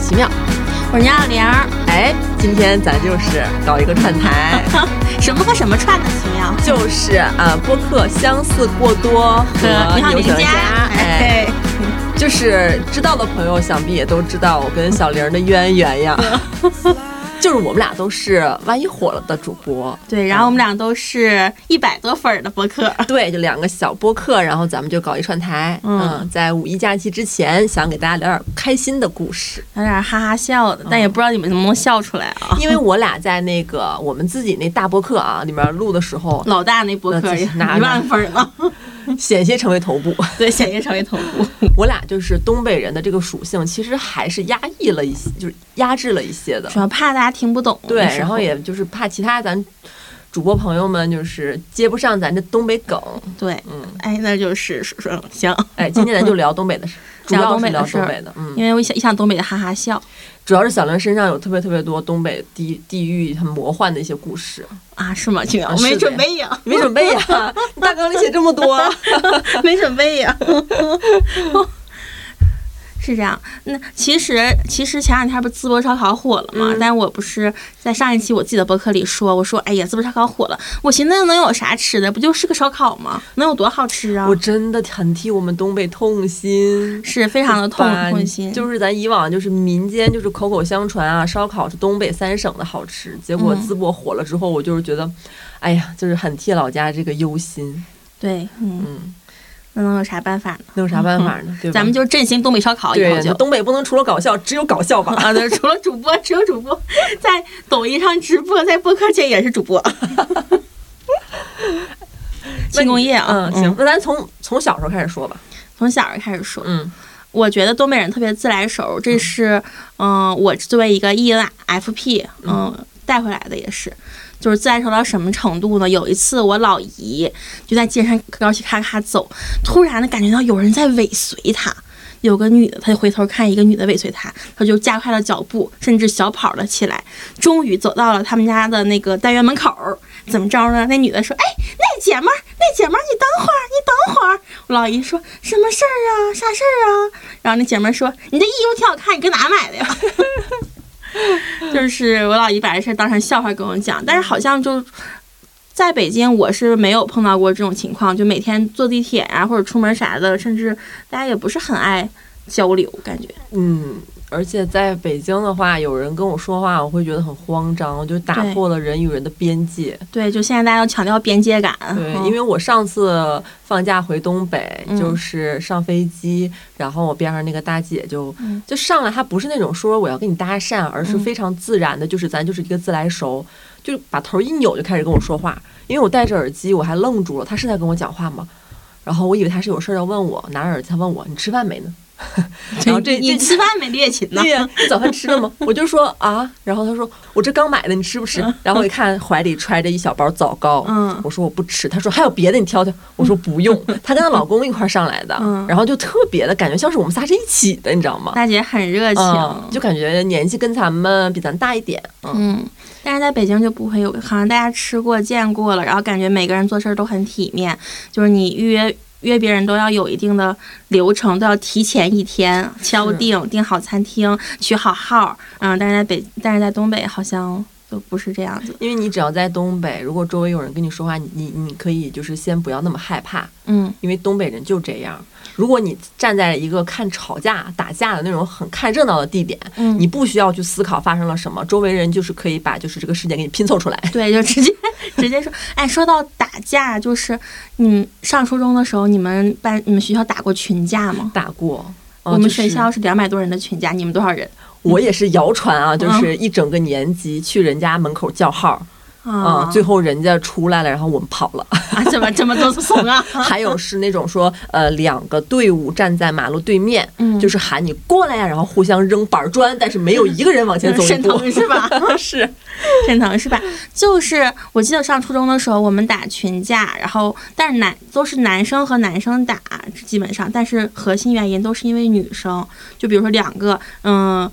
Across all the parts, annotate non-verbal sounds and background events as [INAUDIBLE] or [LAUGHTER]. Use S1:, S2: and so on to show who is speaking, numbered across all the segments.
S1: 奇妙。
S2: 我是二玲儿， [LAUGHS]
S1: 哎，今天咱就是搞一个串台，
S2: 什么和什么串的奇妙？
S1: 就是呃播客相似过多和
S2: 和 [LAUGHS] 呃你好
S1: 牛
S2: 邻
S1: 小
S2: 家， [LAUGHS]
S1: 哎，
S2: 哎，
S1: 就是知道的朋友想必也都知道我跟小玲儿的渊源呀，
S2: [LAUGHS]
S1: 就是我们俩都是万一火了的主播。
S2: 对，然后我们俩都是一百多粉儿的播客，
S1: 对，就两个小播客，然后咱们就搞一串台。
S2: 嗯
S1: 在五一假期之前，想给大家聊点开心的故事，
S2: 有点哈哈笑的，但也不知道你们能不能笑出来啊。
S1: 因为我俩在那个我们自己那大播客啊里面录的时候，
S2: 老大那播客
S1: 那
S2: 也
S1: 自己拿
S2: 一万分儿了，嗯
S1: 险些成为头部。
S2: [LAUGHS] 对，险些成为头部。
S1: 我俩就是东北人的这个属性，其实还是压抑了一些，就是压制了一些的。
S2: 主要怕大家听不懂，
S1: 对
S2: 那，时
S1: 然
S2: 候
S1: 后也就是怕其他咱主播朋友们就是接不上咱这东北梗。
S2: 对，
S1: 嗯，
S2: 哎，那就是说说行，
S1: 哎，今天咱就聊东北的
S2: [LAUGHS]
S1: 事，主
S2: 聊
S1: 要
S2: 东
S1: 是
S2: 北
S1: 聊
S2: 的事
S1: 东
S2: 儿
S1: 北的。嗯，
S2: 因为我一想一想东北的哈哈笑
S1: 主要是小玲身上有特别特别多东北地地域很魔幻的一些故事。
S2: 啊，是吗？奇妙，
S1: 啊
S2: 我
S1: 是
S2: 没
S1: 的
S2: 准备呀，
S1: 你没准备呀？ [LAUGHS] 你大纲里写这么
S2: [LAUGHS]
S1: 多，
S2: 没准备呀。 [LAUGHS] 是这样，那其实其实前两天不淄博烧烤火了嘛，
S1: 嗯
S2: 但我不是在上一期我自己的博客里说，我说哎呀淄博烧烤火了，我寻思能有啥吃的？不就是个烧烤吗？能有多好吃啊
S1: 我？真的很替我们东北痛心。
S2: 是非常的痛
S1: 把
S2: 痛心，
S1: 就是咱以往就是民间就是口口相传啊，烧烤是东北三省的好吃。结果
S2: 嗯
S1: 淄博火了之后，我就是觉得，哎呀，就是很替老家这个忧心。
S2: 对，嗯，
S1: 嗯，
S2: 那能有啥办法呢？
S1: 那有啥办法呢？对吧？
S2: 嗯咱们就振兴东北烧烤，以后
S1: 对
S2: 就 [LAUGHS]
S1: 东北不能除了搞笑，只有搞笑吧。
S2: 啊，对，除了主播，只有主播在抖音上直播，在播客界也是主播。 [LAUGHS]
S1: 那
S2: 庆
S1: 你
S2: 功宴啊，
S1: 嗯，行，那咱从从小时候开始说吧。
S2: 从小就开始说，
S1: 嗯
S2: 我觉得东北人特别自来熟，这是嗯、呃我作为一个 ENFP，嗯、带回来的也是。就是自来熟到什么程度呢？有一次我老姨就在街上高起咔咔走，突然的感觉到有人在尾随她，有个女的，她就回头看一个女的尾随她，她就加快了脚步，甚至小跑了起来，终于走到了他们家的那个单元门口儿。怎么着呢？那女的说：“哎，那姐们儿，那姐们儿，你等会儿，你等会儿。”我老姨说：“什么事儿啊？啥事儿啊？”然后那姐们儿说：“你这衣服挺好看，你搁哪买的呀？” [LAUGHS] 就是我老姨把这事儿当成笑话跟我讲，但是好像就在北京，我是没有碰到过这种情况，就每天坐地铁啊或者出门啥的，甚至大家也不是很爱交流，感觉
S1: 嗯。而且在北京的话，有人跟我说话，我会觉得很慌张，就打
S2: 对
S1: 破了人与人的边界。
S2: 对，就现在大家都强调边界感，
S1: 对，
S2: 嗯
S1: 因为我上次放假回东北，
S2: 嗯
S1: 就是上飞机，然后我边上那个大姐就、
S2: 嗯
S1: 就上来，她不是那种说我要跟你搭讪，而是
S2: 嗯
S1: 非常自然的，就是咱就是一个自来熟，就把头一扭就开始跟我说话，因为我戴着耳机，我还愣住了，她是在跟我讲话吗？然后我以为她是有事儿要问我，拿着耳机她问我你吃饭没呢？ [LAUGHS] 然后这
S2: 你
S1: 这
S2: 嗯你吃饭没？猎琴呢
S1: [LAUGHS] 对？呀、你早饭吃了吗？我就说啊，然后他说我这刚买的，你吃不吃？然后我一看怀里揣着一小包枣糕，
S2: 嗯
S1: 我说我不吃。他说还有别的，你挑挑。我说不用。她跟她老公一块儿上来的，
S2: 嗯
S1: 然后就特别的感觉像是我们仨是一起的，你知道吗？
S2: 大姐很热情，
S1: 嗯，就感觉年纪跟咱们比咱大一点，嗯，
S2: 嗯，但是在北京就不会有，好像大家吃过见过了，然后感觉每个人做事儿都很体面，就是你预约约别人都要有一定的流程，都要提前一天敲
S1: 是
S2: 定，订好餐厅，取好号儿，嗯，但是在北，但是在东北好像就不是这样子，
S1: 因为你只要在东北，如果周围有人跟你说话，你你你可以就是先不要那么害怕， [LAUGHS]
S2: 嗯，
S1: 因为东北人就这样。如果你站在一个看吵架、打架的那种很看热闹的地点，
S2: 嗯
S1: 你不需要去思考发生了什么，周围人就是可以把就是这个事件给你拼凑出来。
S2: 对，就直接直接说，哎，说到打架，就是你们上初中的时候，你们班你们学校打过群架吗？
S1: 打过，呃
S2: 我们
S1: 就是
S2: 学校是两百多人的群架，你们多少人
S1: 我也是谣传啊，
S2: 嗯
S1: 就是一整个年级去人家门口叫号
S2: 嗯
S1: 啊、最后人家出来了，然后我们跑了。
S2: 啊，怎么这么多怂啊？
S1: [LAUGHS] 还有是那种说，呃，两个队伍站在马路对面，
S2: 嗯
S1: 就是喊你过来呀、然后互相扔板砖，但是没有一个人往前走一
S2: 嗯沈
S1: 步。
S2: 腾是吧？
S1: [LAUGHS] 是，
S2: 沈腾 [LAUGHS] 是吧？就是我记得上初中的时候，我们打群架，然后但是男都是男生和男生打，基本上，但是核心原因都是因为女生，就比如说两个嗯、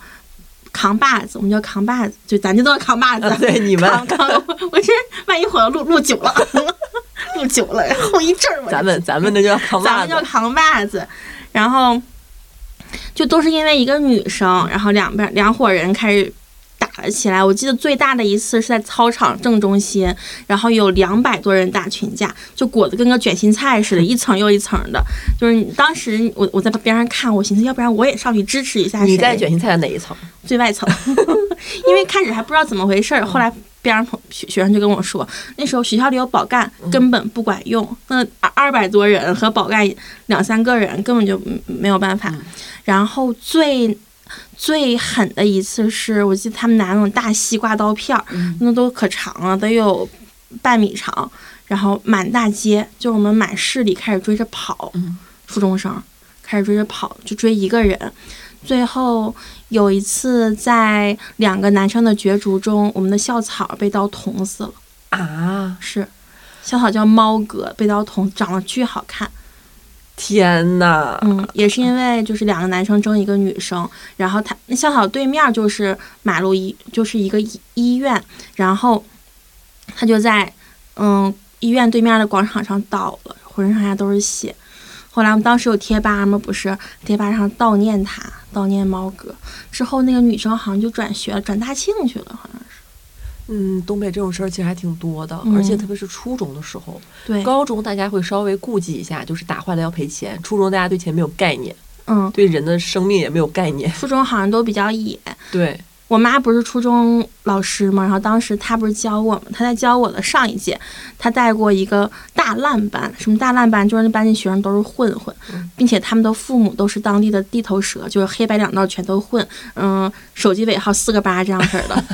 S2: 扛把子，我们叫扛把子，就咱就叫扛把子
S1: 啊，，
S2: [LAUGHS]
S1: 对你们，
S2: 扛扛，我我这万一火了录录久了， [LAUGHS] 录久了，然后一阵儿我就
S1: 咱们咱们那叫扛
S2: 咱
S1: 把
S2: 们
S1: 子
S2: 叫扛把子，然后就都是因为一个女生，然后两边两伙人开始打了起来。我记得最大的一次是在操场正中心，然后有两百多人打群架，就裹得跟个卷心菜似的，一层又一层的。就是当时我我在边上看，我寻思要不然我也上去支持一下谁。
S1: 你在卷心菜的哪一层？
S2: 最外层， [LAUGHS] 因为开始还不知道怎么回事儿，后来边上同学学生就跟我说，那时候学校里有保干根本不管用，那二百多人和保干两三个人根本就嗯没有办法。然后最最狠的一次是我记得他们拿那种大西瓜刀片儿，那都可长了，得有半米长，然后满大街，就是我们满市里开始追着跑，
S1: 嗯
S2: 初中生开始追着跑，就追一个人。最后有一次在两个男生的角逐中，我们的校草被刀捅死了，
S1: 啊！
S2: 是。校草叫猫哥，被刀捅，长得巨好看。
S1: 天呐，
S2: 嗯，也是因为就是两个男生争一个女生，然后他那校草对面就是马路医，就是一个医医院，然后他就在嗯医院对面的广场上倒了，浑身上下都是血。后来我们当时有贴吧嘛，不是贴吧上悼念他，悼念猫哥。之后那个女生好像就转学了，转大庆去了，好像是。
S1: 嗯，东北这种事儿其实还挺多的，
S2: 嗯
S1: 而且特别是初中的时候，
S2: 对，
S1: 高中大家会稍微顾忌一下，就是打坏了要赔钱。初中大家对钱没有概念，
S2: 嗯，
S1: 对人的生命也没有概念。
S2: 初中好像都比较野，
S1: 对，
S2: 我妈不是初中老师嘛，然后当时她不是教我嘛，她在教我的上一届，她带过一个大烂班，什么大烂班，就是那班那学生都是混混
S1: 嗯，
S2: 并且他们的父母都是当地的地头蛇，就是黑白两道全都混，嗯、手机尾号四个八这样式儿的。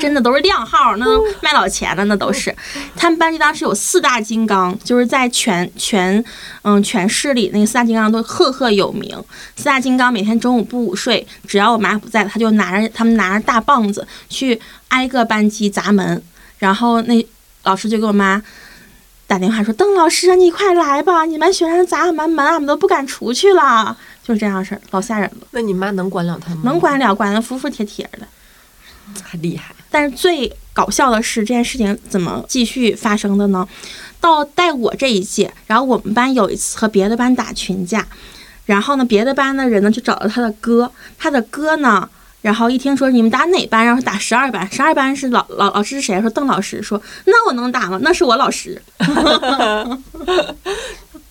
S2: 真的都是靓号，那都卖老钱的那都是。他们班级当时有四大金刚，就是在全全嗯全市里那个四大金刚都赫赫有名。四大金刚每天中午不午睡，只要我妈不在，他就拿着他们拿着大棒子去挨个班级砸门。然后那老师就给我妈打电话说：“邓老师，你快来吧，你们学生砸我们门，我们都不敢出去了。”就是这样的事儿，老吓人了，
S1: 那你妈能管了他吗？
S2: 能，管了，管得服服帖帖的。
S1: 还厉害。
S2: 但是最搞笑的是，这件事情怎么继续发生的呢？到带我这一届，然后我们班有一次和别的班打群架，然后呢，别的班的人呢就找到他的哥，他的哥呢，然后一听说你们打哪班，然后打十二班，十二班是老老老师是谁？说邓老师，说那我能打吗？那是我老师，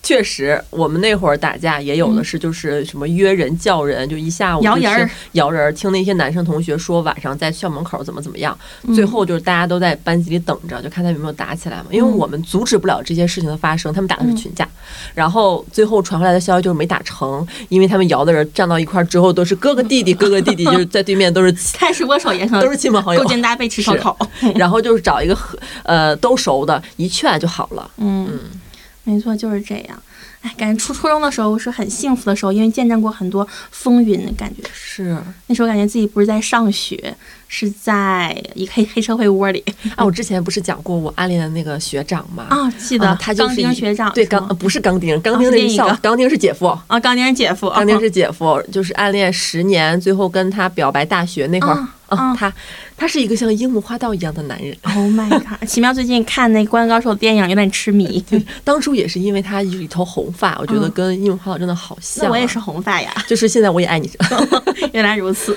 S1: 确实，我们那会儿打架也有的是，就是什么约人叫人，就一下午
S2: 嗯摇
S1: 就
S2: 人儿
S1: 听摇人儿，听那些男生同学说晚上在校门口怎么怎么样，
S2: 嗯
S1: 最后就是大家都在班级里等着，就看他们有没有打起来嘛。因为
S2: 嗯
S1: 我们阻止不了这些事情的发生，他们打的是群架，然后最后传回来的消息就是没打成，因为他们摇的人站到一块儿之后都是哥哥弟弟，哥哥弟弟就是在对面都是
S2: [LAUGHS]
S1: 亲
S2: 开始握手言
S1: 都
S2: 和
S1: 是。亲朋好友
S2: 勾，肩搭背吃烧
S1: 是嗯
S2: 烤，
S1: 然后就是找一个和呃都熟的一劝就好了。
S2: 嗯，没错，就是这样。哎，感觉初初中的时候是很幸福的时候，因为见证过很多风云，感觉
S1: 是。
S2: 那时候感觉自己不是在上学，是在一个黑黑社会窝里
S1: 啊，我之前不是讲过我暗恋的那个学长吗？
S2: [LAUGHS] 啊，记得、
S1: 啊他就是一
S2: 钢钉学长，
S1: 对
S2: 是吗啊
S1: 钢呃不是钢钉，钢
S2: 是
S1: 钉
S2: 另
S1: 是
S2: 一
S1: 校
S2: 个，
S1: 钢钉是姐夫，
S2: 啊，钢钉姐夫，
S1: 钢钉
S2: 啊
S1: 是姐夫，就是暗恋十年，最后跟他表白大学那会儿
S2: 啊
S1: 啊
S2: 啊，
S1: 他他是一个像樱木花道一样的男人，
S2: Oh my god！奇妙最近看那《灌篮高手》的电影有点
S1: [LAUGHS]
S2: 痴迷，
S1: 当初也是因为他有一头红发，我觉得
S2: 嗯
S1: 跟樱木花道真的好像
S2: 那
S1: 啊，
S2: 我也是红发呀，
S1: 就是现在我也爱你。 [LAUGHS]
S2: 原来如此。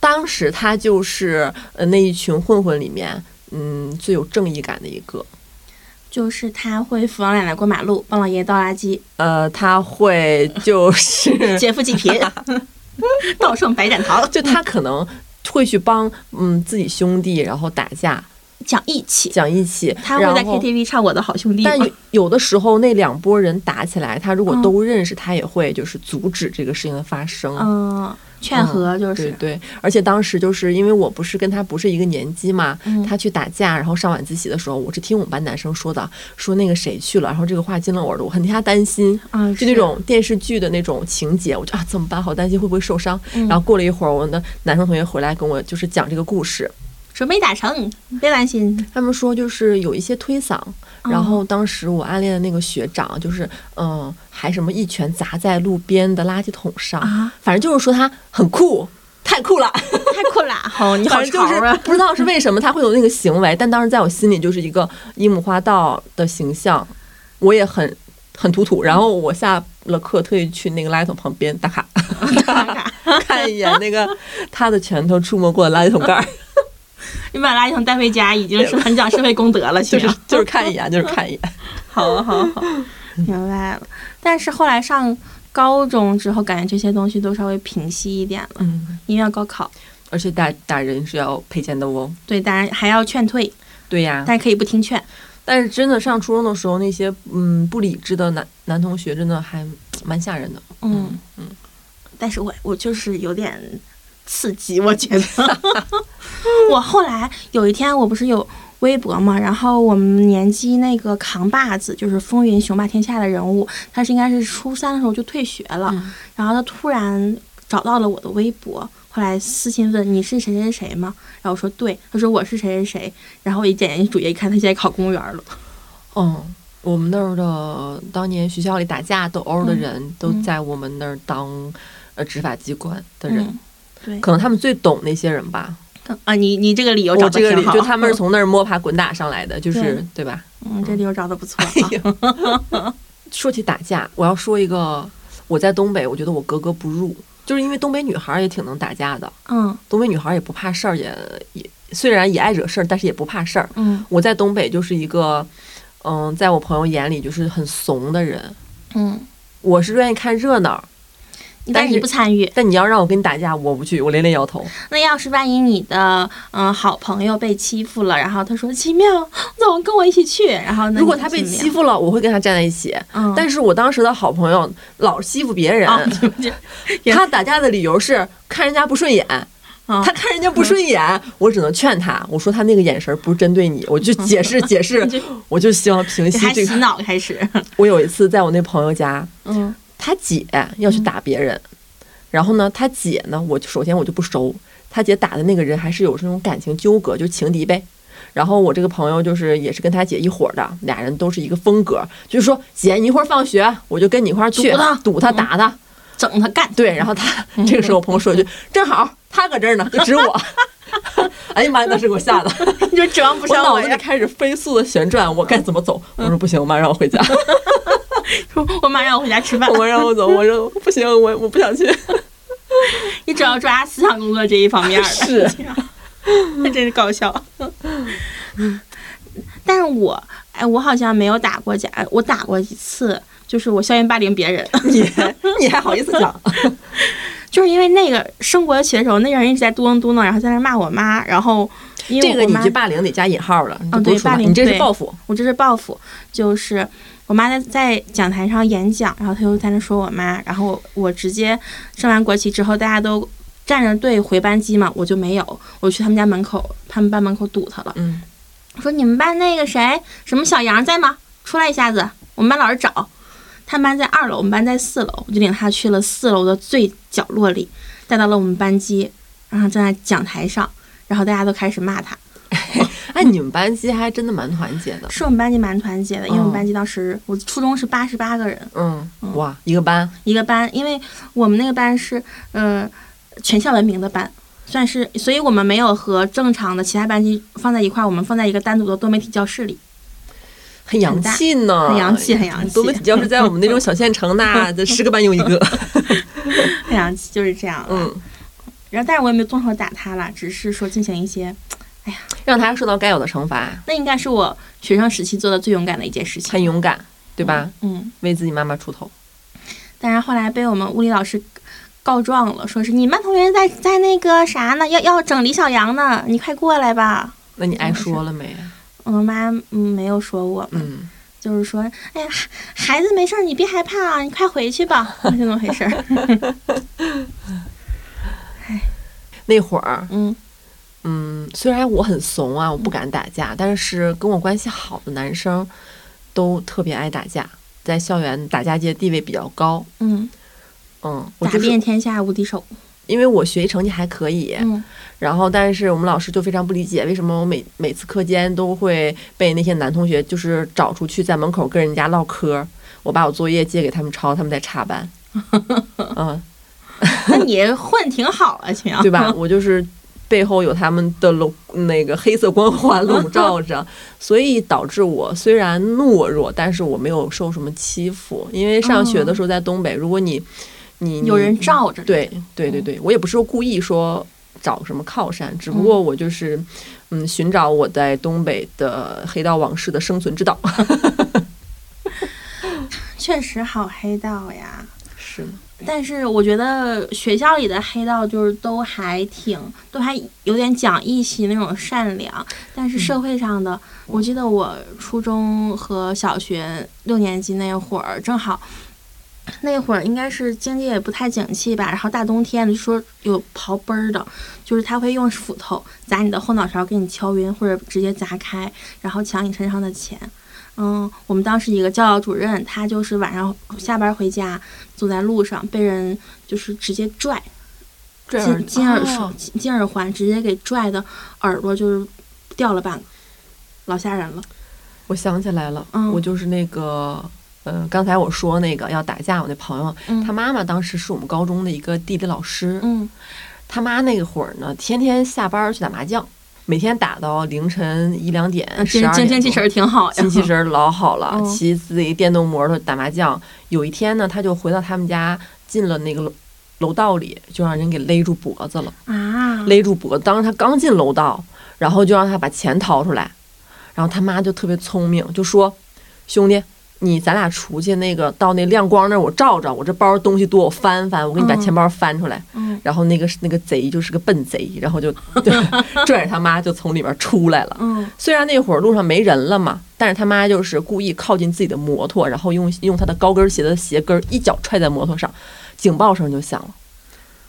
S1: 当时他就是呃那一群混混里面，嗯，最有正义感的一个。
S2: 就是他会扶老奶奶过马路，帮老爷爷倒垃圾，
S1: 呃，他
S2: [LAUGHS]
S1: 会就是
S2: 劫富济
S1: [LAUGHS]
S2: 贫，道上白展堂，
S1: 就他可能会去帮嗯自己兄弟，然后打架
S2: 讲义气。
S1: 讲义气，
S2: 他会在
S1: 然后
S2: KTV 唱《我的好兄弟》
S1: 但
S2: 吗
S1: 有有的时候那两拨人打起来，他如果
S2: 啊嗯
S1: 都认识，他也会就是阻止这个事情的发生。
S2: 嗯，劝和就
S1: 对
S2: 是，
S1: 对，而且当时就是因为我不是跟他不是一个年级嘛，
S2: 嗯
S1: 他去打架，然后上晚自习的时候，我是听我们班男生说的，说那个谁去了，然后这个话进了我耳朵，我很替他担心，
S2: 啊，
S1: 就那种电视剧的那种情节，我就啊怎么办？好担心会不会受伤。
S2: 嗯
S1: 然后过了一会儿，我的男生同学回来跟我就是讲这个故事，
S2: 说没打成，别担心。
S1: 他们说就是有一些推搡，然后当时我暗恋的那个学长，就是嗯，还什么一拳砸在路边的垃圾桶上，
S2: 啊，
S1: 反正就是说他很酷，太酷了。
S2: 太酷
S1: [LAUGHS]
S2: 了，好，你好
S1: 反正
S2: 潮
S1: 就是 [LAUGHS]
S2: [LAUGHS] 啊！
S1: 不知道是为什么他会有那个行为，但当时在我心里就是一个樱木花道的形象，我也很很土土。然后我下乐克特意去那个垃圾桶旁边打卡， [LAUGHS]
S2: 打卡。
S1: 看一眼那 [LAUGHS] 个他的拳头触摸过的垃圾桶盖儿，
S2: 你把垃圾桶带回家已经是很讲社会功德了，其
S1: 就
S2: [LAUGHS] 实
S1: 是。就是看一眼，就是看一眼。
S2: 好好 [LAUGHS] 好，明白了。但是后来上高中之后，感觉这些东西都稍微平息一点了，
S1: [LAUGHS] 嗯，
S2: 因为要高考，
S1: 而且打打人是要赔钱的哦。
S2: 对，当然还要劝退，
S1: 对呀、
S2: 但是可以不听劝。
S1: 但是真的上初中的时候，那些嗯不理智的男男同学真的还蛮吓人的。
S2: 嗯嗯，但是我我就是有点刺激，我觉 [LAUGHS] 得。我后来有一天，我不是有微博嘛，然后我们年级那个扛把子，就是风云雄霸天下的人物，他是应该是初三的时候就退学了，
S1: 嗯
S2: 然后他突然找到了我的微博。后来私信问你是谁谁谁吗？然后我说对，他说我是谁谁谁。然后我一点进去主页一看，他现在考公务员了。
S1: 嗯，我们那儿的当年学校里打架斗殴的
S2: 嗯
S1: 人、都
S2: 嗯
S1: 在我们那儿当呃执法机关的人，
S2: 嗯对，
S1: 可能他们最懂那些人吧。
S2: 啊，你你这个理由找
S1: 我
S2: 的
S1: 这个
S2: 挺
S1: 里
S2: 好，
S1: 就他们是从那儿摸爬滚打上来的，就是对吧？
S2: 嗯，这理由找的不错、
S1: [LAUGHS] 哎
S2: 啊。
S1: 说起打架，我要说一个，我在东北，我觉得我格格不入，就是因为东北女孩儿也挺能打架的，
S2: 嗯
S1: 东北女孩儿也不怕事儿，也也虽然也爱惹事儿，但是也不怕事儿。
S2: 嗯
S1: 我在东北就是一个，嗯，在我朋友眼里就是很怂的人。
S2: 嗯，
S1: 我是愿意看热闹，但
S2: 但
S1: 是
S2: 你不参与。
S1: 但你要让我跟你打架，我不去，我连连摇头。
S2: 那要是万一你的嗯、呃好朋友被欺负了，然后他说奇妙，怎么跟我一起去？然后呢
S1: 如果他被欺，负了，我会跟他站在一起。
S2: 嗯，
S1: 但是我当时的好朋友老欺负别人，
S2: 啊，对不起也
S1: [LAUGHS] 他打架的理由是看人家不顺眼，
S2: 啊
S1: 他看人家不顺眼，我只能劝他，我说他那个眼神不是针对你，我就解
S2: [LAUGHS]
S1: 释解释，我就希望平息
S2: 还
S1: 这
S2: 洗
S1: 个。
S2: 脑
S1: [LAUGHS]
S2: 开始，
S1: 我有一次在我那朋友家，
S2: 嗯
S1: 他姐要去打别人，然后呢，他姐呢，我就首先我就不熟，他姐打的那个人还是有这种感情纠葛，就情敌呗。然后我这个朋友就是也是跟他姐一伙儿的，俩人都是一个风格，就是说姐你一会儿放学我就跟你一块儿去
S2: 堵他
S1: 堵他嗯打他，
S2: 整他干， [LAUGHS]
S1: 对，然后 [LAUGHS] 他这个时候我朋友说一句：“正好他搁这儿呢，就指我。” [LAUGHS] 哎呀妈呀，当时给我吓的，
S2: 你就指望不
S1: 我嗯
S2: 上
S1: 脑
S2: 我
S1: 子里
S2: 呀？
S1: 开始飞速的旋转，我该怎么走？我说不行，我妈让我回家，
S2: [LAUGHS] 我妈让我回家吃饭
S1: [LAUGHS] 我，妈让我走，我说不行，我我不想去。
S2: 你只要抓思想工作这一方面
S1: [LAUGHS]
S2: 的，
S1: 是，
S2: 那 [LAUGHS] 真是搞笑。但是我哎，我好像没有打过架，哎我打过一次，就是我校园霸凌别人。
S1: [LAUGHS]
S2: [LAUGHS]
S1: 你你还好意思讲？
S2: 就是因为那个升国旗的时候，那个人一直在嘟囔嘟囔，然后在那骂我妈，然后因为
S1: 这
S2: 我
S1: 个你
S2: 妈
S1: 这霸凌得加引号了，你这
S2: 哦
S1: 不是
S2: 对
S1: 说
S2: 霸凌
S1: 你这是
S2: 对
S1: 报复。
S2: 我这是报复，就是我妈在在讲台上演讲，然后她就在那说我妈，然后我我直接升完国旗之后，大家都站着队回班级嘛，我就没有，我去他们家门口，他们班门口堵她了，
S1: 嗯，
S2: 我说你们班那个谁什么小杨在吗？出来一下子，我们班老师找。他们班在二楼，我们班在四楼，我就领他去了四楼的最角落里，带到了我们班级，然后站在讲台上，然后大家都开始骂他。
S1: 哎，你们班级还真的蛮团结的。
S2: 是我们班级蛮团结的，因为我
S1: 哦
S2: 们班级当时我初中是八十八个人
S1: 嗯，哇，一个班，
S2: 一个班，因为我们那个班是呃全校闻名的班，算是，所以我们没有和正常的其他班级放在一块儿，我们放在一个单独的多媒体教室里，
S1: 很洋气呢，
S2: 很洋气，。很洋气
S1: 啊多，媒体要是在我们那种小县城，
S2: [LAUGHS]
S1: 那这十个班有一个。
S2: 很洋气，就是这样了。
S1: 嗯，
S2: 然后，但是我也没有动手打他了，只是说进行一些，
S1: 让他受到该有的惩罚。
S2: 那应该是我学生时期做的最勇敢的一件事情，
S1: 很勇敢，对吧？
S2: 嗯，
S1: 为自己妈妈出头。
S2: 但是后来被我们物理老师告状了，说是你们班同学在在那个啥呢，要要整李小阳呢，你快过来吧。
S1: 那你挨
S2: 嗯
S1: 说了没？
S2: 我妈嗯没有说我，
S1: 嗯，
S2: 就是说，哎呀，孩子没事儿，你别害怕啊，你快回去
S1: [LAUGHS]
S2: 吧，就那么回事儿。
S1: 那会儿，
S2: 嗯
S1: 嗯，虽然我很怂啊，我不敢打架，但是跟我关系好的男生都特别爱打架，在校园打架界地位比较高。
S2: 嗯，
S1: 嗯，我
S2: 打
S1: 就是
S2: 遍天下无敌手。
S1: 因为我学习成绩还可以，
S2: 嗯
S1: 然后但是我们老师就非常不理解，为什么我每每次课间都会被那些男同学就是找出去，在门口跟人家唠嗑，我把我作业借给他们抄，他们再插
S2: [LAUGHS]
S1: 班。嗯，
S2: 那你混挺好啊，秦阳
S1: 对吧？？我就是背后有他们的笼那个黑色光环笼罩
S2: [LAUGHS]
S1: 着，所以导致我虽然懦弱，但是我没有受什么欺负。因为上学的时候在东北，如果你你
S2: 哦有人
S1: 你
S2: 罩着，，
S1: 对对对对，我也不是故意说找什么靠山，只不过我就是嗯寻找我在东北的黑道往事的生存之道。
S2: 确实好黑道呀。
S1: [LAUGHS] 是，
S2: 但是我觉得学校里的黑道就是都还挺，都还有点讲义气那种善良。但是社会上的，我记得我初中和小学六年级那会儿，正好那会儿应该是经济也不太景气吧，然后大冬天的就说有刨奔儿的，就是他会用斧头砸你的后脑勺，给你敲晕，或者直接砸开，然后抢你身上的钱。嗯，我们当时一个教导主任，他就是晚上下班回家，走在路上被人就是直接拽金金耳
S1: 哦
S2: 金金耳环，直接给拽的耳朵就是掉了半个，老吓人了。
S1: 我想起来了，
S2: 嗯
S1: 我就是那个，呃，刚才我说那个要打架，我那朋友，
S2: 嗯，
S1: 他妈妈当时是我们高中的一个地理老师，
S2: 嗯
S1: 他妈那会儿呢，天天下班去打麻将，每天打到凌晨一两点，
S2: 啊，
S1: 十
S2: 精
S1: 二
S2: 精
S1: 点
S2: 精气
S1: 多
S2: 神儿
S1: [LAUGHS]
S2: 挺好呀。
S1: 精气神儿老好了，
S2: 嗯
S1: 骑自己电动摩托打麻将。有一天呢，他就回到他们家，进了那个楼楼道里，就让人给勒住脖子了。
S2: [LAUGHS] 啊，
S1: 勒住脖子，当时他刚进楼道，然后就让他把钱掏出来，然后他妈就特别聪明，就说：“兄弟，你咱俩出去那个到那亮光那儿，我照照，我这包东西多，我翻翻，我给你把
S2: 嗯
S1: 钱包翻出来。
S2: 嗯
S1: 然后那个那个贼就是个笨贼，然后就 [LAUGHS] 拽着他妈就从里边出来了。
S2: 嗯
S1: 虽然那会儿路上没人了嘛，但是他妈就是故意靠近自己的摩托，然后用用他的高跟鞋的鞋跟儿一脚踹在摩托上，警报声就响了。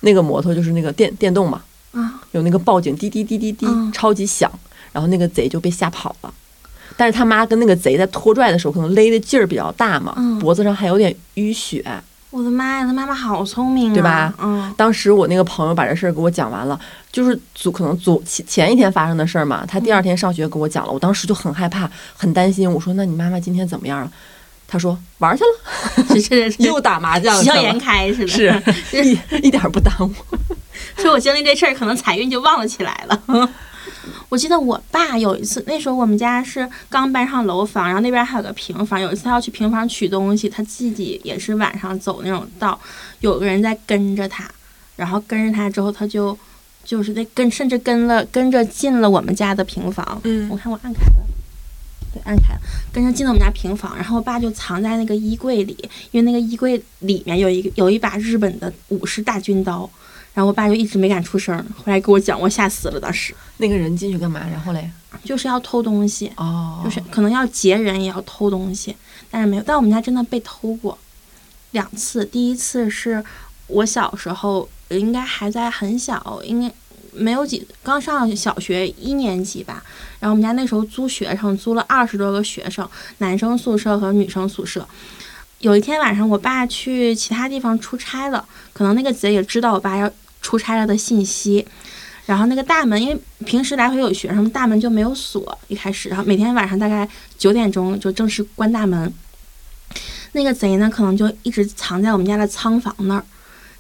S1: 那个摩托就是那个电电动嘛，
S2: 啊，
S1: 有那个报警滴滴滴滴滴，
S2: 嗯
S1: 超级响，然后那个贼就被吓跑了。但是他妈跟那个贼在拖拽的时候，可能勒的劲儿比较大嘛，
S2: 嗯
S1: 脖子上还有点淤血。
S2: 我的妈呀，他妈妈好聪明啊，
S1: 对吧
S2: [LAUGHS] 嗯
S1: 当时我那个朋友把这事儿给我讲完了，就是昨可能昨前前一天发生的事儿嘛，他第二天上学给我讲了，我当时就很害怕，很担心。我说：“那你妈妈今天怎么样了？”他说：“玩儿去了，
S2: 是是是，
S1: 又打麻将
S2: 喜
S1: 去
S2: 笑颜 [LAUGHS]
S1: 了。
S2: 开似”的。
S1: 是，一一点儿不耽误。
S2: 所以我经历这事儿，可能财运就旺了起来了。我记得我爸有一次，那时候我们家是刚搬上楼房，然后那边还有个平房。有一次他要去平房取东西，他自己也是晚上走那种道，有个人在跟着他，然后跟着他之后，他就就是那跟，甚至跟了跟着进了我们家的平房。我
S1: 嗯，
S2: 看我按开了，对，按开了，跟着进了我们家平房，然后我爸就藏在那个衣柜里，因为那个衣柜里面有一个有一把日本的武士大军刀，然后我爸就一直没敢出声，回来给我讲，我吓死了，当时
S1: 那个人进去干嘛？然后嘞？
S2: 就是要偷东西，
S1: 哦，
S2: 就是可能要劫人也要偷东西，但是没有，但我们家真的被偷过两次，第一次是我小时候应该还在很小，应该。没有几，刚上小学一年级吧，然后我们家那时候租学生，租了二十多个学生，男生宿舍和女生宿舍。有一天晚上，我爸去其他地方出差了，可能那个贼也知道我爸要出差了的信息。然后那个大门，因为平时来回有学生，大门就没有锁，一开始，然后每天晚上大概九点钟就正式关大门。那个贼呢，可能就一直藏在我们家的仓房那儿，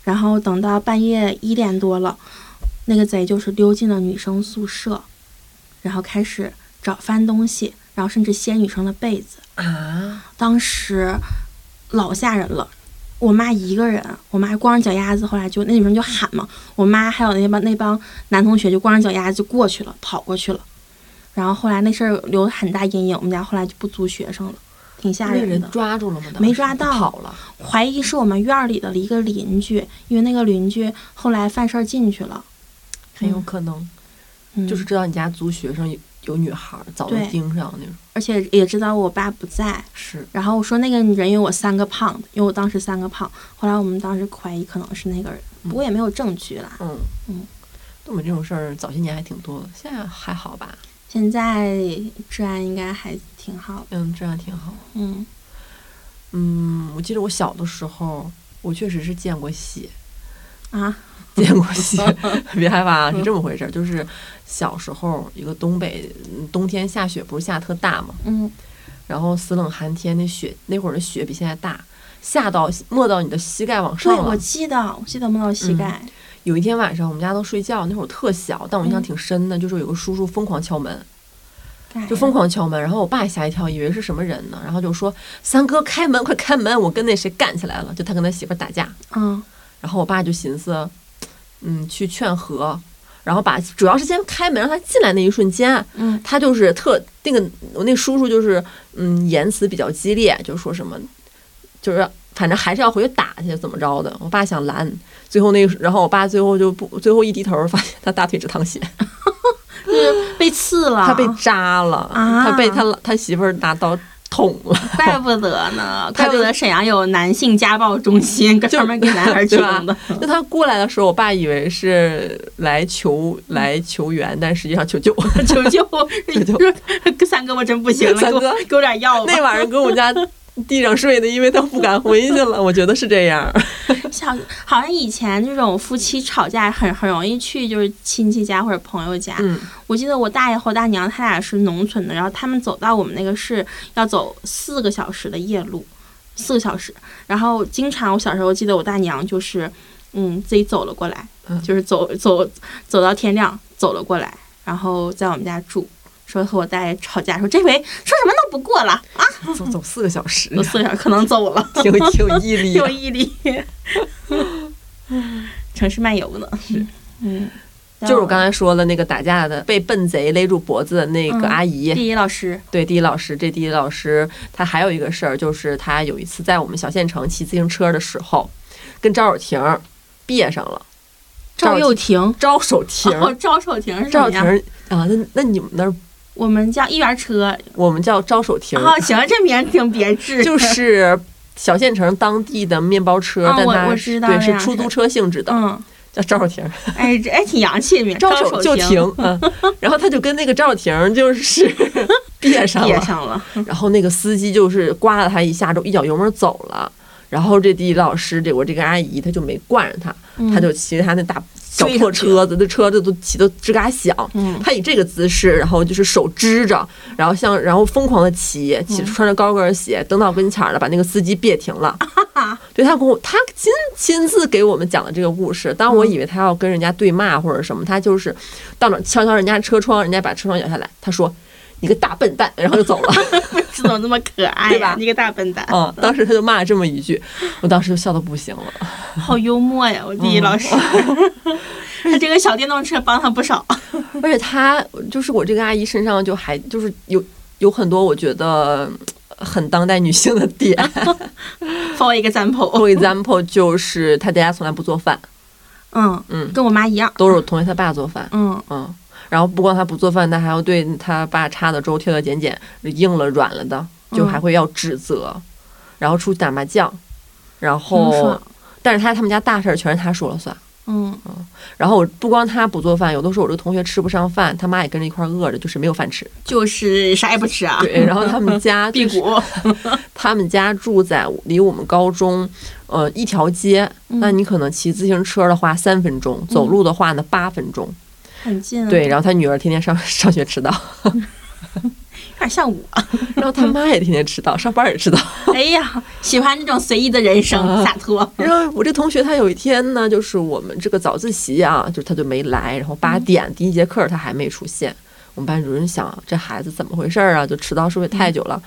S2: 然后等到半夜一点多了，那个贼就是溜进了女生宿舍，然后开始找翻东西，然后甚至掀女生的被子。
S1: 啊，
S2: 当时老吓人了。我妈一个人，我妈光着脚丫子，后来就那女生就喊嘛，我妈还有那帮那帮男同学就光着脚丫子就过去了，跑过去了。然后后来那事儿留很大阴影，我们家后来就不租学生了，挺吓
S1: 那个
S2: 人
S1: 人
S2: 的。
S1: 抓住了吗？当时
S2: 没抓到嗯
S1: 跑了。
S2: 怀疑是我们院儿里的一个邻居，因为那个邻居后来犯事儿进去了，
S1: 很有
S2: 嗯
S1: 可能，
S2: 嗯、
S1: 就是知道你家租学生有有女孩儿，早就
S2: 对
S1: 盯上那种。
S2: 而且也知道我爸不在，
S1: 是，
S2: 然后我说那个人有我三个胖子，因为我当时三个胖。后来我们当时怀疑可能是那个人，不过也没有证据啦。
S1: 嗯
S2: 嗯，
S1: 东北这种事儿早些年还挺多的，现在还好吧？
S2: 现在治安应该还挺好的。
S1: 嗯，这样挺好。
S2: 嗯
S1: 嗯，我记得我小的时候，我确实是见过血，
S2: 啊，
S1: 见过 [LAUGHS] 血，别害怕啊，是这么回事儿。就是小时候，一个东北嗯冬天下雪，不是下特大嘛，
S2: 嗯
S1: 然后死冷寒天，那雪那会儿的雪比现在大，下到没到你的膝盖往
S2: 对，
S1: 上
S2: 我
S1: 了。嗯
S2: 记得，我记得摸到膝盖。
S1: 有一天晚上我们家都睡觉，那会儿我特小，但我印象挺深的，就是有个叔叔疯狂敲门，就疯狂敲门，然后我爸也吓一跳，以为是什么人呢，然后就说：“三哥开门，快开门！我跟那谁干起来了。”就他跟他媳妇儿打架，
S2: 嗯，
S1: 然后我爸就寻思，嗯，去劝和，然后把主要是先开门让他进来那一瞬间，
S2: 嗯，
S1: 他就是特那个我那叔叔就是嗯言辞比较激烈，就说什么，就是反正还是要回去打去怎么着的。我爸想拦，最后那个然后我爸最后就不最后一低头发现他大腿是淌血，
S2: 就是被刺了，
S1: 嗯他被扎了，
S2: 啊
S1: 他被他他媳妇儿拿刀捅了。
S2: [LAUGHS] 怪不得呢，
S1: 他
S2: 怪
S1: 就
S2: 不得沈阳有男性家暴中心，专门给男孩儿提
S1: [LAUGHS]
S2: 供的。
S1: 那他过来的时候，我爸以为是来求来求援，但实际上求救。
S2: 求
S1: [LAUGHS]
S2: 救！
S1: 救
S2: 说三哥，我真不行了，
S1: 三
S2: 给
S1: 哥
S2: 我给我点药吧。
S1: 那晚上跟我家 [LAUGHS] 地上睡的，因为他不敢回去
S2: [LAUGHS]
S1: 了。我觉得是这样。
S2: 小好像以前这种夫妻吵架很很容易去就是亲戚家或者朋友家。
S1: 嗯
S2: 我记得我大爷和我大娘他俩是农村的，然后他们走到我们那个市要走四个小时的夜路，四个小时。然后经常我小时候记得我大娘就是，嗯，自己走了过来，
S1: 嗯
S2: 就是走走走到天亮走了过来，然后在我们家住。说和我大爷吵架，说这回说什么都不过了，
S1: 走走四个小
S2: [LAUGHS]
S1: 时，
S2: 我四个小时可能走
S1: [LAUGHS]
S2: 了。
S1: 挺挺有毅力
S2: 有
S1: 的。
S2: 毅力。城市漫游呢？是，嗯，
S1: 就是我刚才说的那个打架的，被笨贼勒住脖子的那
S2: 嗯
S1: 个阿姨，
S2: 第一老师，
S1: 对，地理老师，这地理老师他还有一个事儿，就是他有一次在我们小县城骑自行车的时候，跟赵友廷儿别上了，赵
S2: 又廷，
S1: 招手停儿，
S2: 哦，赵守廷是什
S1: 赵
S2: 么
S1: 友廷
S2: 呀？
S1: 儿啊，那那你们那儿
S2: 我们叫一元车。
S1: 我们叫招手停儿，
S2: 哦，行，这名儿挺别 [LAUGHS] 致。
S1: 就是小县城当地的面包车，
S2: 啊
S1: 但
S2: 我
S1: 它
S2: 我
S1: 是
S2: 知道
S1: 对
S2: 那
S1: 是
S2: 样
S1: 出
S2: 是
S1: 租车性质的，
S2: 嗯，
S1: 叫赵守廷，
S2: 哎，这哎挺洋气的名儿，
S1: 招
S2: 手
S1: 嗯就
S2: 停，
S1: 停，
S2: [LAUGHS]
S1: 嗯，然后他就跟那个赵守廷就是 [LAUGHS] 别上
S2: 别
S1: 了，
S2: 上了。
S1: 然后那个司机就是刮了他一下，之后一脚油门走了。然后这地理老师，这我这个阿姨，她就没惯着他，
S2: 嗯
S1: 她就骑着他那大小
S2: 追
S1: 破
S2: 上去
S1: 车子，那车子都骑得吱嘎响。
S2: [LAUGHS] 嗯
S1: 她以这个姿势，然后就是手支着，然后像然后疯狂的骑，骑穿着高跟鞋蹬到跟前儿了，把那个司机别停了。对他跟我，他亲亲自给我们讲的这个故事。当我以为他要跟人家对骂或者什么，他就是到那儿敲敲人家车窗，人家把车窗摇下来，他说：“你个大笨蛋！”然后就走了。
S2: 这怎么那么可爱
S1: 对
S2: 呀、
S1: 吧
S2: 你个大笨蛋，
S1: 嗯，当时他就骂了这么一句，我当时就笑得不行了。
S2: 好幽默呀！我第一
S1: 嗯 [LAUGHS]
S2: 老师，他这个小电动车帮他不少。
S1: 而且他就是我这个阿姨身上就还就是有有很多我觉得呃很当代女性的点。
S2: For example，
S1: For example，就是他家从来不做饭，
S2: 嗯
S1: 嗯
S2: 跟我妈一样。
S1: 都是我同学他爸做饭，
S2: 嗯，
S1: 嗯。然后不光他不做饭，他还要对他爸叉的粥挑挑拣拣，硬了软了的，就还会要指责。然后出去打麻将，然
S2: 挺
S1: 后
S2: 爽
S1: 但是他他们家大事儿全是他说了算。
S2: 嗯，
S1: 然后我不光他不做饭，有的时候我这个同学吃不上饭，他妈也跟着一块儿饿着，就是没有饭吃。
S2: 就是啥也不吃啊，
S1: 对，
S2: [LAUGHS]
S1: 然后他们家
S2: 辟
S1: 就是
S2: 谷。
S1: 他们家住在离我们高中呃一条街，
S2: 嗯
S1: 那你可能骑自行车的话三分钟，走路的话呢八分钟。
S2: 很近、啊，
S1: 对，，然后他女儿天天上 [LAUGHS] 上学迟到，
S2: 有点像我。
S1: [LAUGHS] 然后
S2: 嗯
S1: 他妈也天天迟到，上班也迟到。
S2: 哎呀，喜欢这种随意的人生，
S1: 啊
S2: 洒脱。
S1: 然后我这同学他有一天呢，就是我们这个早自习啊，就是他就没来，然后八
S2: 嗯
S1: 点第一节课他还没出现。我们班主任想这孩子怎么回事儿啊？就迟到是不是
S2: 嗯
S1: 太久了？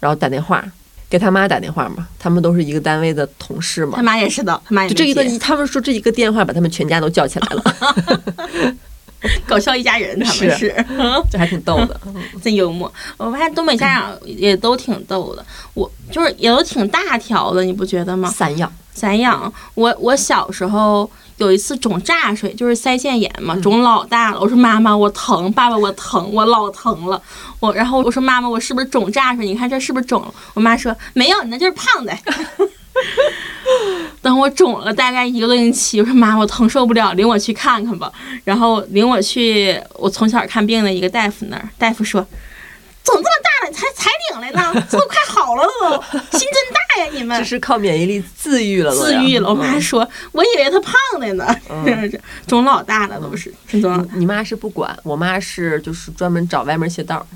S1: 然后打电话给他妈打电话嘛，他们都是一个单位的同事嘛
S2: 他，妈也是的，他妈也
S1: 就
S2: 没
S1: 这一个
S2: 接
S1: 他们说这一个电话把他们全家都叫起来了， [LAUGHS]
S2: [LAUGHS] 搞笑一家人，他们
S1: 是
S2: 是 [LAUGHS]
S1: 这还挺逗的。
S2: 真幽默。我发现东北家长也都挺逗的，我就是也都挺大条的，你不觉得吗？
S1: 散养，
S2: 散养，我我小时候有一次肿炸水，就是腮腺炎嘛，肿老大了。我说妈妈，我疼，爸爸，我疼，我老疼了。我然后我说妈妈，我是不是肿炸水？你看这是不是肿了？我妈说没有，你那就是胖的。 [LAUGHS] 等我肿了大概一个多星期，我说妈，我疼受不了，领我去看看吧。然后领我去我从小看病的一个大夫那儿，大夫说。肿这么大了，才才领来呢，这都快好了都，心真大呀你们！
S1: 这是靠免疫力自愈了都
S2: 嗯自
S1: 呀，
S2: 愈了。我哦妈
S1: 嗯
S2: 说，我以为他胖的呢， [LAUGHS] 这肿老大了都是，真肿老大，
S1: 你你妈是不管，我妈是就是专门找歪门邪道，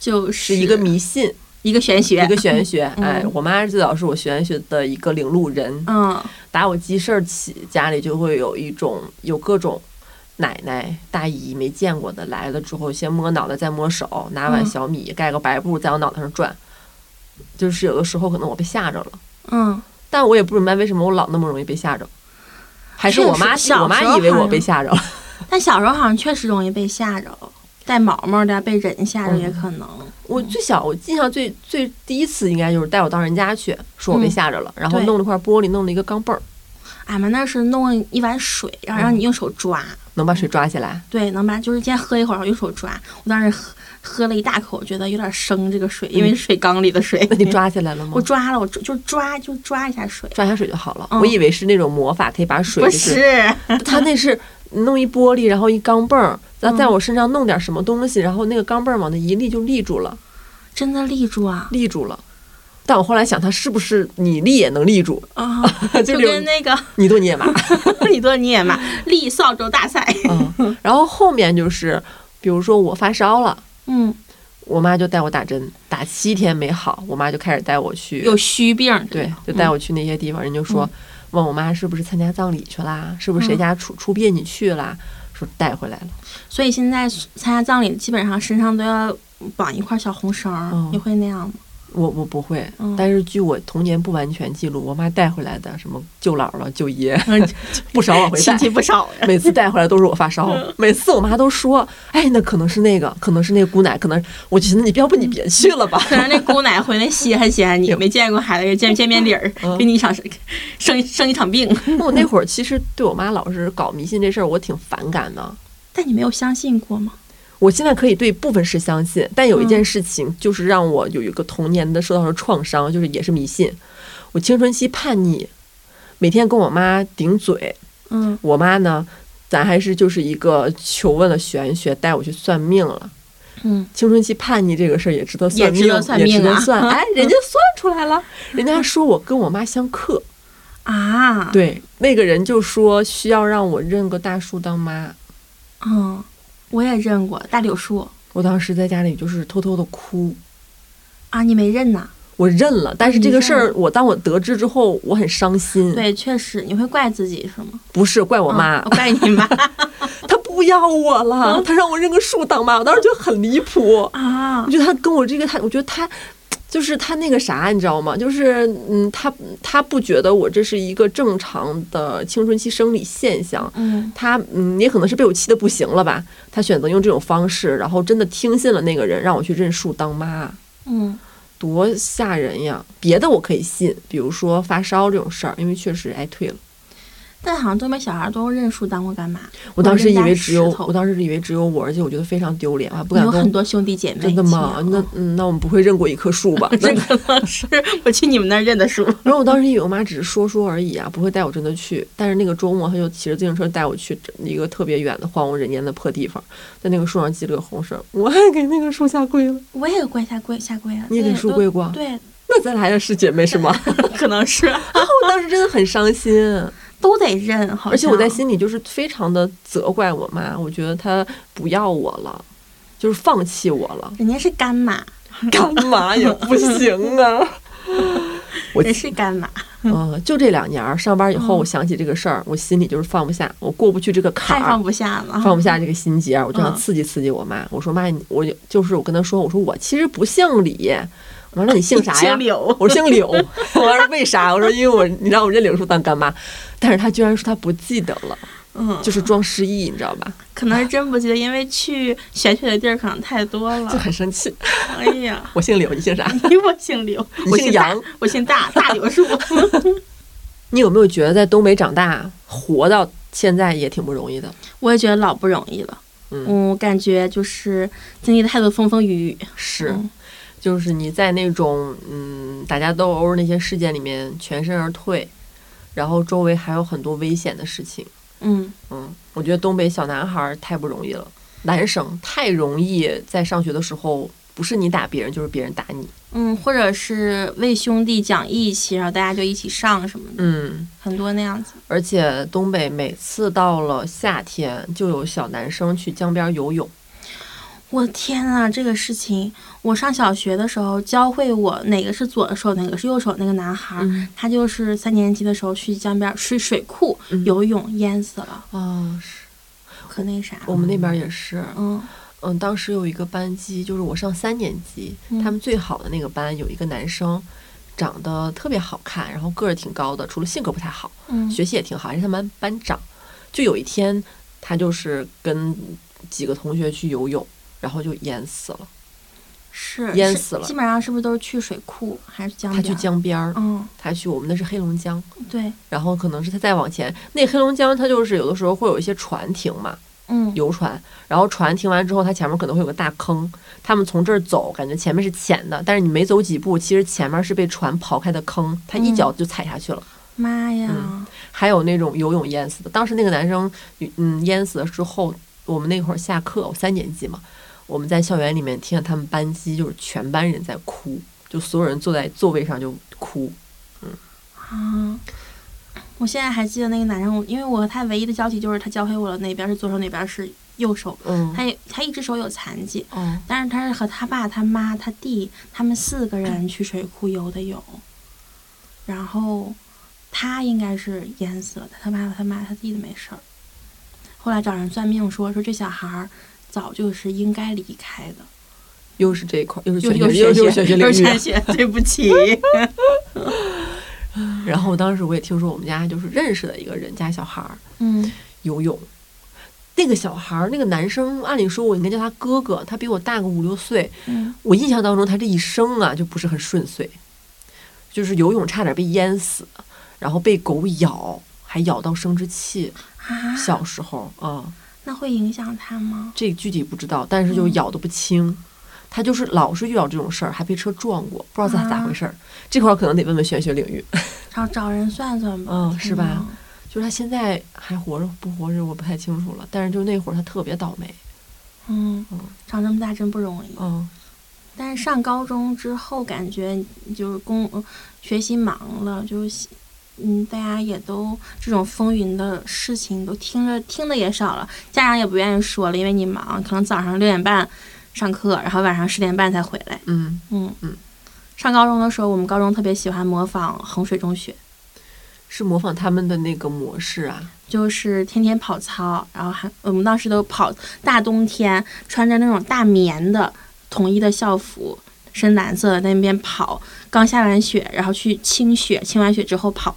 S2: 就是
S1: 一个迷信，
S2: 一个玄学
S1: 一，个玄学。
S2: 嗯
S1: 哎，我妈最早是我玄学的一个领路人。
S2: 嗯
S1: 打我记事儿起，家里就会有一种有各种奶奶、大姨没见过的来了之后，先摸脑袋，再摸手，拿碗
S2: 嗯
S1: 小米盖个白布在我脑袋上转。就是有的时候可能我被吓着了，
S2: 嗯，
S1: 但我也不明白为什么我老那么容易被吓着，还是
S2: 确
S1: 我妈
S2: 实小
S1: 我妈
S2: 时候
S1: 以为
S2: 好
S1: 我
S2: 像
S1: 被吓着了。
S2: 但小时候好像确实容易被吓着，带毛毛的被人吓着也
S1: 嗯
S2: 可能。
S1: 我
S2: 嗯
S1: 最小，我印象最最第一次应该就是带我到人家去，说我被
S2: 嗯
S1: 吓着了，然后
S2: 对
S1: 弄了块玻璃，弄了一个钢镚儿，
S2: 俺们那是弄一碗水，然
S1: 嗯
S2: 后让你用手抓，
S1: 能
S2: 嗯
S1: 把水抓起来。
S2: 对，能把就是先喝一会儿，然后用手抓。我当时喝喝了一大口，觉得有点生这个水，因
S1: 嗯
S2: 为是水缸里的水。
S1: 那你抓起来了吗
S2: 我？抓了，我抓就抓就抓一下水，
S1: 抓一下水就好了。
S2: 嗯
S1: 我以为是那种魔法，可以把水
S2: 不
S1: 就是
S2: [LAUGHS] 是，
S1: 他那是弄一玻璃，然后一钢镚儿，在
S2: 嗯
S1: 在我身上弄点什么东西，然后那个钢镚儿往那一立就立住了，
S2: 真的立住啊
S1: 立住了。但我后来想，他是不是你立也能立住？ [LAUGHS]
S2: 啊！
S1: 这
S2: 就
S1: 种
S2: 跟那个
S1: 你多你也麻。
S2: [LAUGHS] 你多你也嘛，立扫帚大赛，
S1: 嗯，然后后面就是，比如说我发烧了，
S2: [LAUGHS] 嗯，
S1: 我妈就带我打针，打七天没好，我妈就开始带我去，
S2: 有虚病，
S1: 对，就
S2: 嗯
S1: 带我去那些地方，人就说。问我妈是不是参加葬礼去啦？是不是谁
S2: 嗯
S1: 家出出殡你去啦？说带回来了，
S2: 所以现在参加葬礼，基本上身上都要绑一块小红绳儿，
S1: 嗯
S2: 你会那样吗？
S1: 我我不会，
S2: 嗯
S1: 但是据我童年不完全记录，我妈带回来的什么舅姥姥、舅爷，
S2: 嗯
S1: [LAUGHS] 不少往回带
S2: 亲。戚不嗯少呀。
S1: 每次带回来都是我发烧，每次我妈都说：“哎，那可能是那个，可能是那个姑奶，可能……”我就寻思你要不
S2: 嗯
S1: 你别去
S2: [LAUGHS]
S1: 了吧。
S2: 可能那姑奶回来稀罕稀罕你，
S1: 有
S2: 没见过孩子 [LAUGHS] 见见面礼儿
S1: 嗯，
S2: 给你一场生 [LAUGHS] 生一场病，
S1: 我那会儿其实对我妈老是搞迷信这事儿，我挺反感的。
S2: 但你没有相信过吗？
S1: 我现在可以对部分事相信，但有一
S2: 嗯
S1: 件事情就是让我有一个童年的受到了创伤，就是也是迷信。我青春期叛逆，每天跟我妈顶嘴，
S2: 嗯，
S1: 我妈呢，咱还是就是一个求问了玄学，带我去算命了。
S2: 嗯，
S1: 青春期叛逆这个事儿也值得算命，
S2: 也值得算命啊
S1: 也值得
S2: [LAUGHS]
S1: 算哎，人家算出来了，人家说我跟我妈相克。
S2: 啊，，
S1: 对，那个人就说需要让我认个大叔当妈。
S2: 嗯，我也认过大柳树
S1: 我当时在家里就是偷偷的哭，
S2: 啊，你没认呐？
S1: 我认了。但是这个事
S2: 你
S1: 儿
S2: 认，
S1: 我当我得知之后，我很伤心。
S2: 对，确实你会怪自己是吗？
S1: 不是怪我妈，
S2: 嗯啊我怪你 [LAUGHS] 妈
S1: 她不要我了，她让我认个树当妈，我当时觉得很离谱。
S2: 啊
S1: 我，觉得他跟我这个他，我觉得他就是他那个啥，你知道吗？就是嗯，他他不觉得我这是一个正常的青春期生理现象。
S2: 嗯
S1: 他嗯，也可能是被我气得不行了吧。他选择用这种方式，然后真的听信了那个人，让我去认树当妈，
S2: 嗯
S1: 多吓人呀！别的我可以信，比如说发烧这种事儿，因为确实哎退了。
S2: 但好像东北小孩都认树当过干嘛？
S1: 我当时以为只有
S2: 我认大石头
S1: 我当时以为只有我，而且我觉得非常丢脸，我还不
S2: 你
S1: 敢
S2: 有
S1: 跟
S2: 很
S1: 我。
S2: 多兄弟姐妹，
S1: 真的吗？
S2: 亲 [LAUGHS]
S1: 那
S2: 啊
S1: 嗯，那我们不会认过一棵树吧？那
S2: 这可能 [LAUGHS] 是我去你们那儿认的树。
S1: [LAUGHS] 然后我当时以为我妈只是说说而已啊，不会带我真的去。但是那个周末，她就骑着自行车带我去一个特别远的荒无人烟的破地方，在那个树上系了个红绳儿，我还给那个树下跪了。
S2: [LAUGHS] 我也跪下跪下跪啊，
S1: 你也给
S2: 对
S1: 树
S2: 都
S1: 跪过？
S2: [LAUGHS] 对，
S1: 那咱俩也是姐妹是吗？
S2: [LAUGHS] 可能是啊
S1: 然后我当时真的很伤心，
S2: 都得认，好像，
S1: 而且我在心里就是非常的责怪我妈，我觉得她不要我了，就是放弃我了
S2: 人家是 [LAUGHS] 干妈，
S1: 干嘛也不行 [LAUGHS] 啊。我
S2: 人是干妈，
S1: 嗯，就这两年儿上班以后，
S2: 嗯
S1: 我想起这个事儿，我心里就是放不下，我过不去这个坎
S2: 太
S1: 儿
S2: 放。不下了，
S1: 啊放不
S2: [LAUGHS]
S1: 下这个心结儿，我就想
S2: 嗯
S1: 刺激刺激我妈。我说妈，你我就就是我跟她说，我说我其实不姓李，我妈说你姓啥呀
S2: 姓？柳，
S1: [LAUGHS] 我说姓柳。我妈说为啥？我说因为我你让我认柳树当干妈，但是她居然说她不记得了，
S2: 嗯，
S1: 就是装失忆，你知道吧？
S2: 可能是真不记得，因为去玄学的地儿可能太多
S1: 就
S2: 了。
S1: 很生气。
S2: 哎呀，
S1: 我姓柳，你姓啥？
S2: 我
S1: [LAUGHS]
S2: 姓柳，
S1: 你
S2: 我
S1: 姓
S2: 姓大
S1: 杨，
S2: 我姓大，大柳树。
S1: 你有没有觉得在东北长大活到现在也挺不容易的？
S2: [LAUGHS] 我也觉得老不容易了，
S1: 嗯
S2: 我感觉就是经历了太多风风雨雨，
S1: 是，
S2: 嗯
S1: 就是你在那种嗯打架斗殴那些事件里面全身而退，然后周围还有很多危险的事情。
S2: 嗯，
S1: 嗯，我觉得东北小男孩儿太不容易了，男生太容易在上学的时候，不是你打别人，就是别人打你。
S2: 嗯，或者是为兄弟讲义气，然后大家就一起上什么的，
S1: 嗯，
S2: 很多那样子。
S1: 而且东北每次到了夏天，就有小男生去江边游泳。
S2: 我的天呐，这个事情，我上小学的时候教会我哪个是左手，哪个是右手。那个男孩儿，
S1: 嗯
S2: 他就是三年级的时候去江边儿去水库
S1: 嗯
S2: 游泳，淹死了，
S1: 啊，是
S2: 可那啥。
S1: 我们那边儿也是，
S2: 嗯
S1: 嗯，当时有一个班级，就是我上三年级，
S2: 嗯
S1: 他们最好的那个班有一个男生，长得特别好看，然后个儿挺高的，除了性格不太好，
S2: 嗯，
S1: 学习也挺好，还是他们班长。就有一天，他就是跟几个同学去游泳，然后就淹死了。
S2: 是
S1: 淹
S2: 是
S1: 死了
S2: 基本上是不是都是去水库还是江
S1: 他
S2: 边？
S1: 去。江边儿，
S2: 哎嗯，
S1: 他去我们那是黑龙江，
S2: 对，
S1: 然后可能是他再往前，那黑龙江它就是有的时候会有一些船停嘛，
S2: 嗯，
S1: 游船，然后船停完之后，它前面可能会有个大坑，他们从这儿走，感觉前面是浅的，但是你没走几步，其实前面是被船刨开的坑，他一脚就踩下去了。
S2: 妈呀，
S1: 嗯还有那种游泳淹死的，当时那个男生，嗯，淹死了之后，我们那会儿下课，我三年级嘛，我们在校园里面听见他们班级就是全班人在哭，就所有人坐在座位上就哭。
S2: 啊！我现在还记得那个男生，因为我和他唯一的交集就是他教会我了哪边是左手，哪边是右手。
S1: 嗯，
S2: 他也他一只手有残疾，
S1: 哦，
S2: 但是他是和他爸、他妈、他弟他们四个人去水库游的泳，然后他应该是淹死了，他爸、他妈、他弟弟没事儿。后来找人算命说说这小孩儿早就是应该离开的，
S1: 又是这一块儿，又是
S2: 又
S1: 玄
S2: 又
S1: 学，又
S2: 又
S1: 是玄学领
S2: 又
S1: 域啊
S2: 玄。学，对
S1: [LAUGHS]
S2: 不起。
S1: 然后当时我也听说我们家就是认识的一个人家小孩儿，
S2: 嗯
S1: 游泳。那个小孩儿，那个男生，按理说我应该叫他哥哥，他比我大个五六岁。
S2: 嗯
S1: 我印象当中，他这一生啊就不是很顺遂，就是游泳差点被淹死，然后被狗咬，还咬到生殖器。
S2: 啊，
S1: 小时候啊、
S2: 那会影响他吗？
S1: 这具体不知道，但是就
S2: 嗯
S1: 咬的不轻。他就是老是遇到这种事儿，还被车撞过，不知道咋咋回事儿。
S2: 嗯
S1: 这块儿可能得问问玄学领域，
S2: 找找人算算吧。
S1: 嗯是吧
S2: 天哪？
S1: 就是他现在还活着不活着，我不太清楚了。但是就那会儿他特别倒霉，
S2: 嗯
S1: 嗯，
S2: 长这么大真不容易。
S1: 嗯，
S2: 但是上高中之后，感觉就是工呃学习忙了，就是喜嗯，大家也都嗯这种风云的事情都听着听的也少了，家长也不愿意说了，因为你忙，可能早上六点半上课，然后晚上十点半才回来。
S1: 嗯，
S2: 嗯
S1: 嗯。
S2: 上高中的时候，我们高中特别喜欢模仿衡水中学，
S1: 是模仿他们的那个模式啊。
S2: 就是天天跑操，然后还嗯我们当时都跑，大冬天穿着那种大棉的统一的校服，深蓝色的那边跑，刚下完雪，然后去清雪，清完雪之后跑。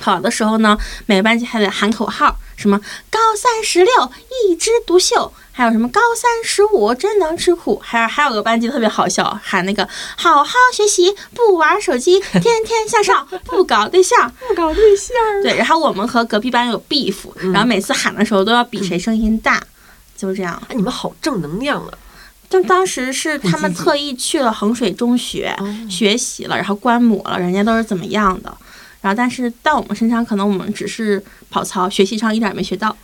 S2: 跑的时候呢，每个班级还得喊口号，什么“高三十六一枝独秀”，还有什么“高三十五真能吃苦”，还有还有个班级特别好笑，喊那个“好好学习，不玩手机，天天向上，不搞对象”，
S1: 不搞对象。
S2: 对，然后我们和隔壁班有 beef，、然后每次喊的时候都要比谁声音大，就是这样。
S1: 哎，你们好正能量啊！
S2: 就当时是他们特意去了衡水中学
S1: 嗯
S2: 学习了，然后观摩了人家都是怎么样的，然后但是到我们身上，可能我们只是跑操，学习上一点儿没学到，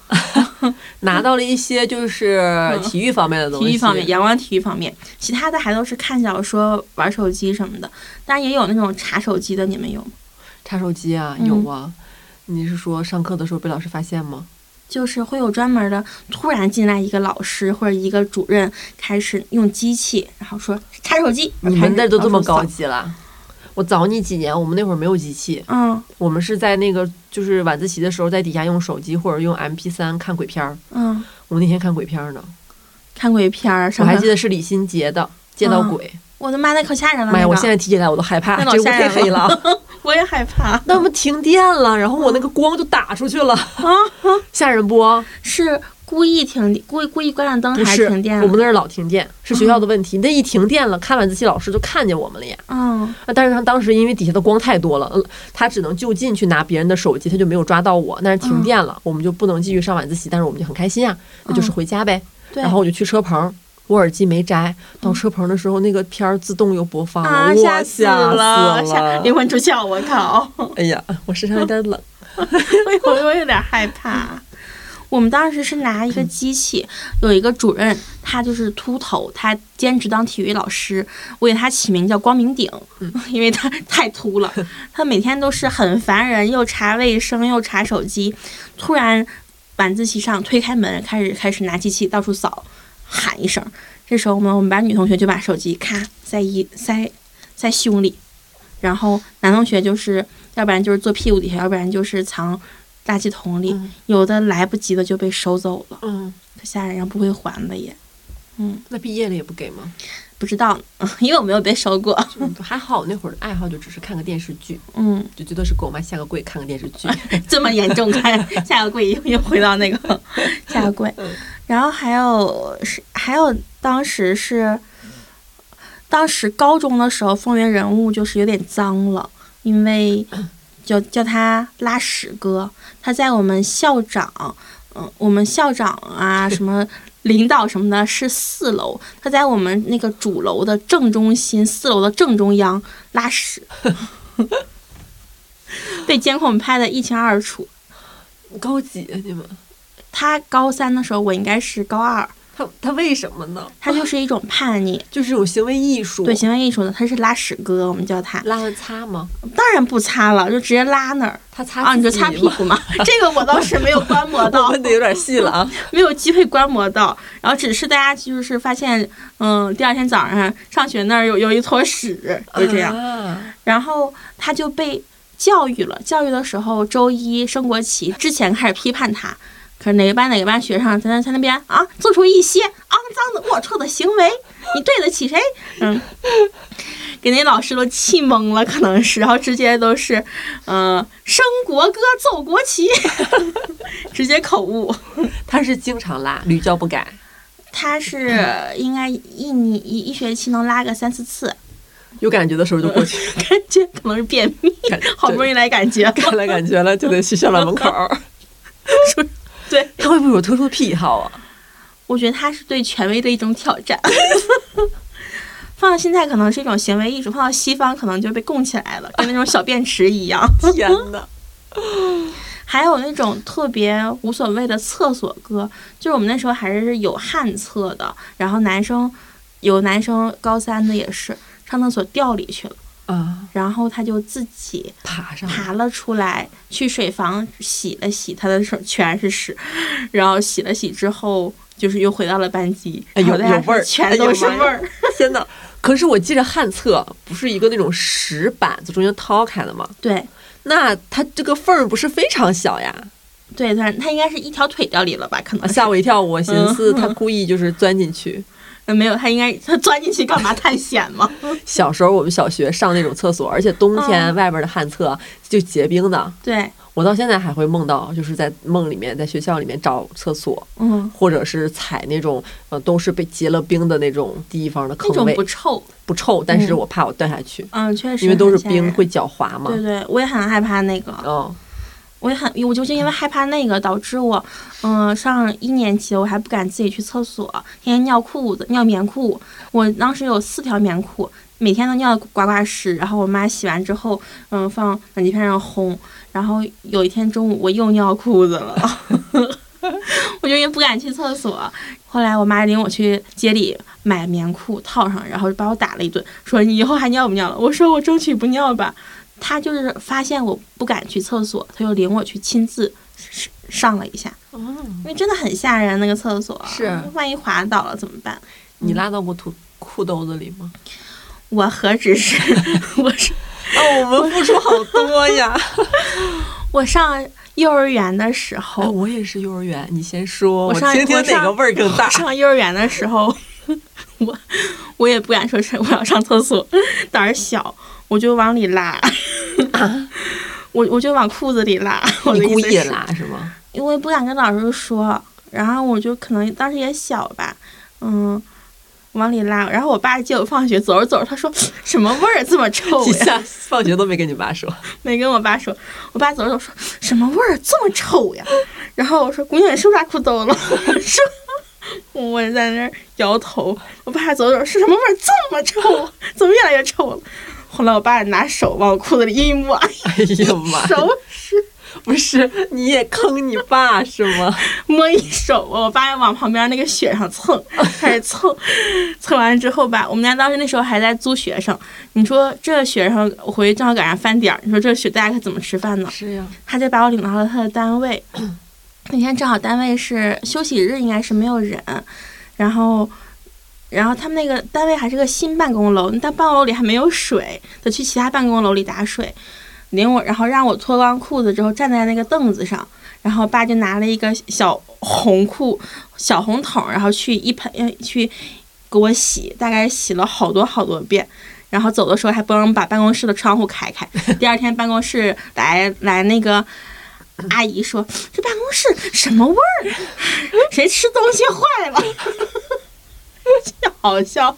S1: 拿到了一些就是体育方面的东西，
S2: 嗯体育方面，阳光体育方面，其他的还都是看小说、玩手机什么的，当然也有那种查手机的，你们有吗？
S1: 插手机啊，
S2: 嗯
S1: 有啊。你是说上课的时候被老师发现吗？
S2: 就是会有专门的，突然进来一个老师或者一个主任，开始用机器，然后说查手机。
S1: 你们那都这么高
S2: 啊开始
S1: 级了。我早你几年，我们那会儿没有机器，
S2: 到处扫？嗯
S1: 我们是在那个就是晚自习的时候，在底下用手机或者用 M P 三看鬼片儿。
S2: 嗯嗯，
S1: 我那天看鬼片儿呢，
S2: 看鬼片儿，
S1: 我
S2: 上
S1: 还
S2: 课
S1: 记得是李心洁的《见到
S2: 啊
S1: 鬼
S2: 我的妈，那可吓人》。了！
S1: 妈呀，
S2: 那
S1: 我
S2: 个
S1: 现在提起来我都害怕，
S2: 那老
S1: 这屋
S2: 吓
S1: 太
S2: 人
S1: 黑
S2: 了
S1: 了。啊
S2: 我也害怕。
S1: 那不停电了，
S2: 嗯
S1: 然后我那个光就打出去了，吓人不？
S2: 是故意停，故意故意关上灯
S1: 不
S2: 嗯还
S1: 是，
S2: 停电
S1: 我
S2: 了？嗯
S1: 们那儿老停电，是学校的问题。那一停电了，看晚自习老师就看见我们了呀。
S2: 嗯，
S1: 啊但是他当时因为底下的光太多了，嗯，他只能就近去拿别人的手机，他就没有抓到我。但是停电
S2: 嗯
S1: 了，我们就不能继续上晚自习，但是我们就很开心啊，那就是回家呗。
S2: 对。嗯
S1: 然后我就去车棚。我耳机没摘，到车棚的时候，那个片儿自动又播放了，
S2: 啊，
S1: 我
S2: 吓
S1: 吓
S2: 死
S1: 了！
S2: 吓灵魂出窍！我
S1: [LAUGHS]
S2: 靠，
S1: 哎呀，我身上有点冷。
S2: 我有我有点害怕。我们当时是拿一个机器，有一个主任，他就是秃头，他兼职当体育老师，我给他起名叫光明顶， [LAUGHS] 因为他太秃了。他每天都是很烦人，又查卫生，又查手机。突然晚自习上推开门，开始开始拿机器到处扫，喊一声，这时候我们我们班女同学就把手机咔塞一塞塞胸里，然后男同学就是要不然就是坐屁股底下，要不然就是藏垃圾桶里，
S1: 嗯
S2: 有的来不及的就被收走了，
S1: 嗯，
S2: 可吓人，然后不会还的也。嗯，
S1: 那毕业了也不给吗？
S2: 不知道， [LAUGHS] 因为我没有被收过。
S1: 就是嗯还好那会儿的爱好就只是看个电视剧，
S2: 嗯，
S1: 就觉得是给我妈下个跪看个电视 [LAUGHS] 剧。
S2: 这么严重，看下个柜又又回到那个 [LAUGHS] 下个柜
S1: 嗯，
S2: 然后还有是还有当时是当时高中的时候，风云人物就是有点脏了，因 [COUGHS] 为就叫他拉屎哥，他在我们校长，嗯、我们校长啊什么。领导什么的是四楼，他在我们那个主楼的正中心，四楼的正中央拉屎，被监控拍得一清二楚。
S1: 高几啊你们？
S2: 他高三的时候，我应该是高二。
S1: 他他为什么呢？
S2: 他就是一种叛逆，
S1: 就是这种行为艺术，
S2: 对行为艺术的，他是拉屎哥，我们叫他。
S1: 拉了擦吗？
S2: 当然不擦了，就直接拉那儿
S1: 他擦
S2: 啊！你就
S1: 自己
S2: 擦屁
S1: 吗？
S2: 股 [LAUGHS] 嘛，这个我倒是没有观摩 [LAUGHS]
S1: [LAUGHS]
S2: 到，
S1: 问的有点细了 [LAUGHS] 啊。
S2: 没有机会观摩到。然后只是大家就是发现，嗯，第二天早上上学那儿有有一坨屎，就这样。
S1: 啊
S2: 然后他就被教育了。教育的时候，周一升国旗之前开始批判他，可是哪个班哪个班学生在那在那边啊，做出一些肮脏的龌龊的行为，你对得起谁？ [LAUGHS] 嗯，给那老师都气懵了，可能是，然后直接都是，嗯、升国歌奏国旗， [LAUGHS] 直接口误。
S1: 他是经常拉，屡教不改。
S2: 他是应该一年一一学期能拉个三四次，
S1: 有感觉的时候就过 [LAUGHS] 去
S2: 感觉可能是便秘，
S1: 看，
S2: 好不容
S1: 易
S2: 易来感觉
S1: [LAUGHS]
S2: 了。[LAUGHS]
S1: 看了感觉了，就得去校园门口。
S2: 对，
S1: [LAUGHS] 他会不会有特殊癖好啊？
S2: 我觉得他是对权威的一种挑战。 [LAUGHS] 放到现在可能是一种行为艺术，放到西方可能就被供起来了，跟那种小便池一样。
S1: 天哪！
S2: 还有那种特别无所谓的厕所歌，就是我们那时候还是有旱厕的，然后男生有男生高三的也是上厕所掉里去了，
S1: [LAUGHS] 啊，
S2: 然后他就自己
S1: 爬上来
S2: 爬了出来，去水房洗了洗，他的手全是屎，然后洗了洗之后，就是又回到了班级，
S1: 哎有
S2: 然后大家
S1: 有味儿
S2: 说全都是
S1: 哎有
S2: 味
S1: 味
S2: 儿。
S1: 天哪！可是我记着旱厕不是一个那种石板子中间掏开的吗？
S2: 对
S1: 那它这个缝儿不是非常小呀？啊
S2: 对，他他应该是一条腿掉里了吧？可能
S1: 吓我一跳，我寻
S2: 嗯
S1: 思他故意就是钻进去。
S2: 呃没有，他应该他钻进去干嘛探险吗？ [LAUGHS]
S1: 小时候我们小学上那种厕所，而且冬天
S2: 嗯
S1: 外边的旱厕就结冰的，
S2: 对，
S1: 我到现在还会梦到，就是在梦里面在学校里面找厕所，
S2: 嗯，
S1: 或者是踩那种呃都是被结了冰的那种地方的
S2: 那
S1: 坑
S2: 种
S1: 位
S2: 不，臭，
S1: 不臭，但是
S2: 嗯
S1: 我怕我掉下去，
S2: 嗯，确实
S1: 因为都是
S2: 很吓
S1: 冰
S2: 人
S1: 会。脚滑嘛
S2: 对。对，我也很害怕那个，
S1: 嗯，
S2: 我也很，我就是因为害怕那个，导致我，嗯、上一年级我还不敢自己去厕所，天天尿裤子、尿棉裤。我当时有四条棉裤，每天都尿得呱呱湿。然后我妈洗完之后，嗯，放暖气片上烘。然后有一天中午，我又尿裤子了， [LAUGHS] 我就因为不敢去厕所。后来我妈领我去街里买棉裤套上，然后把我打了一顿，说你以后还尿不尿了？我说我争取不尿吧。她就是发现我不敢去厕所，她就领我去亲自上上了一下，因为真的很吓人那个厕所，
S1: 是
S2: 万一滑倒了怎么办？
S1: 你拉到过裤裤兜子里吗？
S2: 我何止是，我是
S1: 啊，我们付出好多呀！
S2: 我上幼儿园的时候，
S1: 哎，我也是幼儿园，你先说，
S2: 嗯我上
S1: 听听
S2: 我上
S1: 哪个味儿更大。
S2: 上幼儿园的时候，我我也不敢说是我要上厕所，胆儿小，我就往里拉，我我就往裤子里拉，我
S1: 啊你
S2: 的
S1: 故
S2: 意思
S1: 意
S2: 是，
S1: 拉是吗？
S2: 因为不敢跟老师说，然后我就可能当时也小吧，嗯。往里拉，然后我爸接我放学，走着走着，他说什么味儿这么臭
S1: 你
S2: 呀？
S1: 下放学都没跟你爸说，
S2: [LAUGHS] 没跟我爸说，我爸走着走说什么味儿这么臭呀？ [LAUGHS] 然后我说姑娘，你是不是拉裤兜了？ [LAUGHS] 是，我在那儿摇头。我爸走着走是什么味儿这么臭？啊 [LAUGHS] 怎么越来越臭了？后来我爸拿手往我裤子里一抹，哎
S1: 哎呀妈！
S2: 手是
S1: 不是，你也坑你爸是吗？
S2: 摸一手，我爸往旁边那个雪上蹭，开始蹭，蹭完之后吧，我们家当时那时候还在租学生，你说这学生我回去正好赶上饭点儿，你说这学大家可怎么吃饭呢？
S1: 是呀，
S2: 他就把我领到了他的单位。 [CLEARS THROAT] 那天正好单位是休息日，应该是没有人，然后然后他们那个单位还是个新办公楼，但办公楼里还没有水，得去其他办公楼里打水。领我，然后让我脱光裤子之后站在那个凳子上，然后爸就拿了一个小红裤、小红桶，然后去一盆呃去给我洗，大概洗了好多好多遍。然后走的时候还帮我把办公室的窗户开开。第二天办公室来来那个阿姨说：“这办公室什么味儿？谁吃东西坏了？” [LAUGHS] 好笑。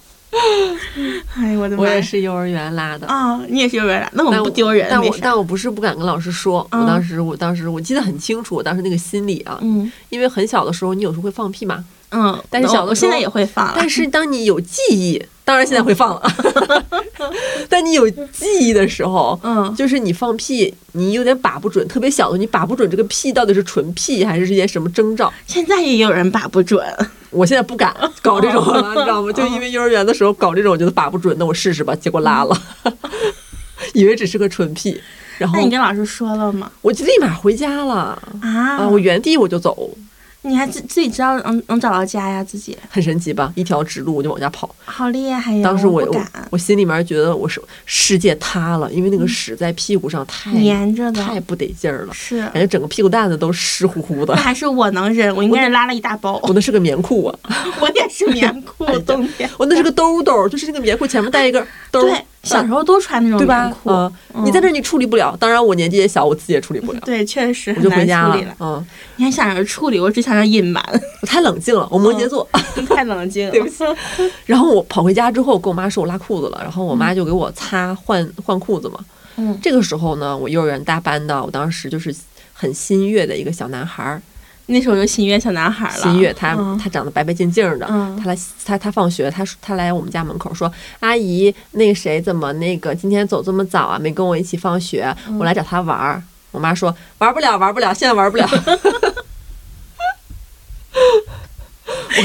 S2: 哎呦我的妈！
S1: 我也是幼儿园拉的，
S2: 啊、你也是幼儿园来，那我们
S1: 但
S2: 不丢人，
S1: 但
S2: 没
S1: 我
S2: 事。
S1: 但我不是不敢跟老师说，
S2: 嗯
S1: 我当时我当时我记得很清楚，我当时那个心理啊，
S2: 嗯
S1: 因为很小的时候你有时候会放屁嘛，
S2: 嗯，
S1: 但是
S2: 我
S1: 小的
S2: 我
S1: 时
S2: 现
S1: 候
S2: 在也会放了，
S1: 但是当你有记忆，当然现在会放了， [LAUGHS] 但你有记忆的时候，
S2: 嗯
S1: 就是你放屁，你有点把不准，特别小的你把不准这个屁到底是纯屁还是一些什么征兆。
S2: 现在也有人把不准，
S1: 我现在不敢搞这种了，你知道吗？就因为幼儿园的时候搞这种，我觉得把不准，那我试试吧，结果拉了， [LAUGHS] 以为只是个纯屁，然
S2: 那
S1: 后
S2: 你跟老师说了吗？
S1: 我就立马回家了
S2: 啊，
S1: 啊，我原地我就走，
S2: 你还自自己知道能能找到家呀，自己
S1: 很神奇吧？一条直路我就往家跑，
S2: 好厉害哎呀！
S1: 当时
S2: 我
S1: 我
S2: 不
S1: 我
S2: 敢嗯
S1: 我心里面觉得我是世界塌了，因为那个屎在屁股上太
S2: 粘着的，
S1: 太不得劲儿了，
S2: 是，
S1: 感觉整个屁股蛋子都湿乎乎的
S2: 那。还是我能忍，我应该是拉了一大包，
S1: 我那是个棉裤啊，
S2: [LAUGHS] 我也是棉裤
S1: [LAUGHS] 哎呀，
S2: 冬天
S1: 我那是个兜兜，就是那个棉裤前面带一个兜，
S2: 对，小时候都穿那
S1: 嗯
S2: 种
S1: 对吧
S2: 棉？裤，
S1: 嗯，你在这儿你处理不了，当然我年纪也小，我自己也处理不了，
S2: 对，确实
S1: 我
S2: 很
S1: 就回
S2: 难
S1: 家
S2: 处理
S1: 了
S2: 了。。
S1: 嗯，
S2: 你还想着处理，我只想着隐瞒， [LAUGHS]
S1: 我太冷静了，我摩羯座。
S2: 太冷静了。
S1: 对不
S2: 起，
S1: [LAUGHS] 然后我跑回家之后，跟我妈说我拉裤子了，然后我妈就给我擦换换裤子嘛。
S2: [LAUGHS] 嗯，
S1: 这个时候呢，我幼儿园大班的，我当时就是很新月的一个小男孩儿，
S2: 那时候就新月小男孩了，
S1: 新月他、
S2: 嗯
S1: 他长得白白净净的，
S2: 嗯
S1: 他来他他放学他说他来我们家门口说阿姨那个谁怎么那个今天走这么早啊没跟我一起放学，
S2: 嗯
S1: 我来找他玩儿。我妈说玩不了玩不了，现在玩不
S2: [LAUGHS]
S1: 了。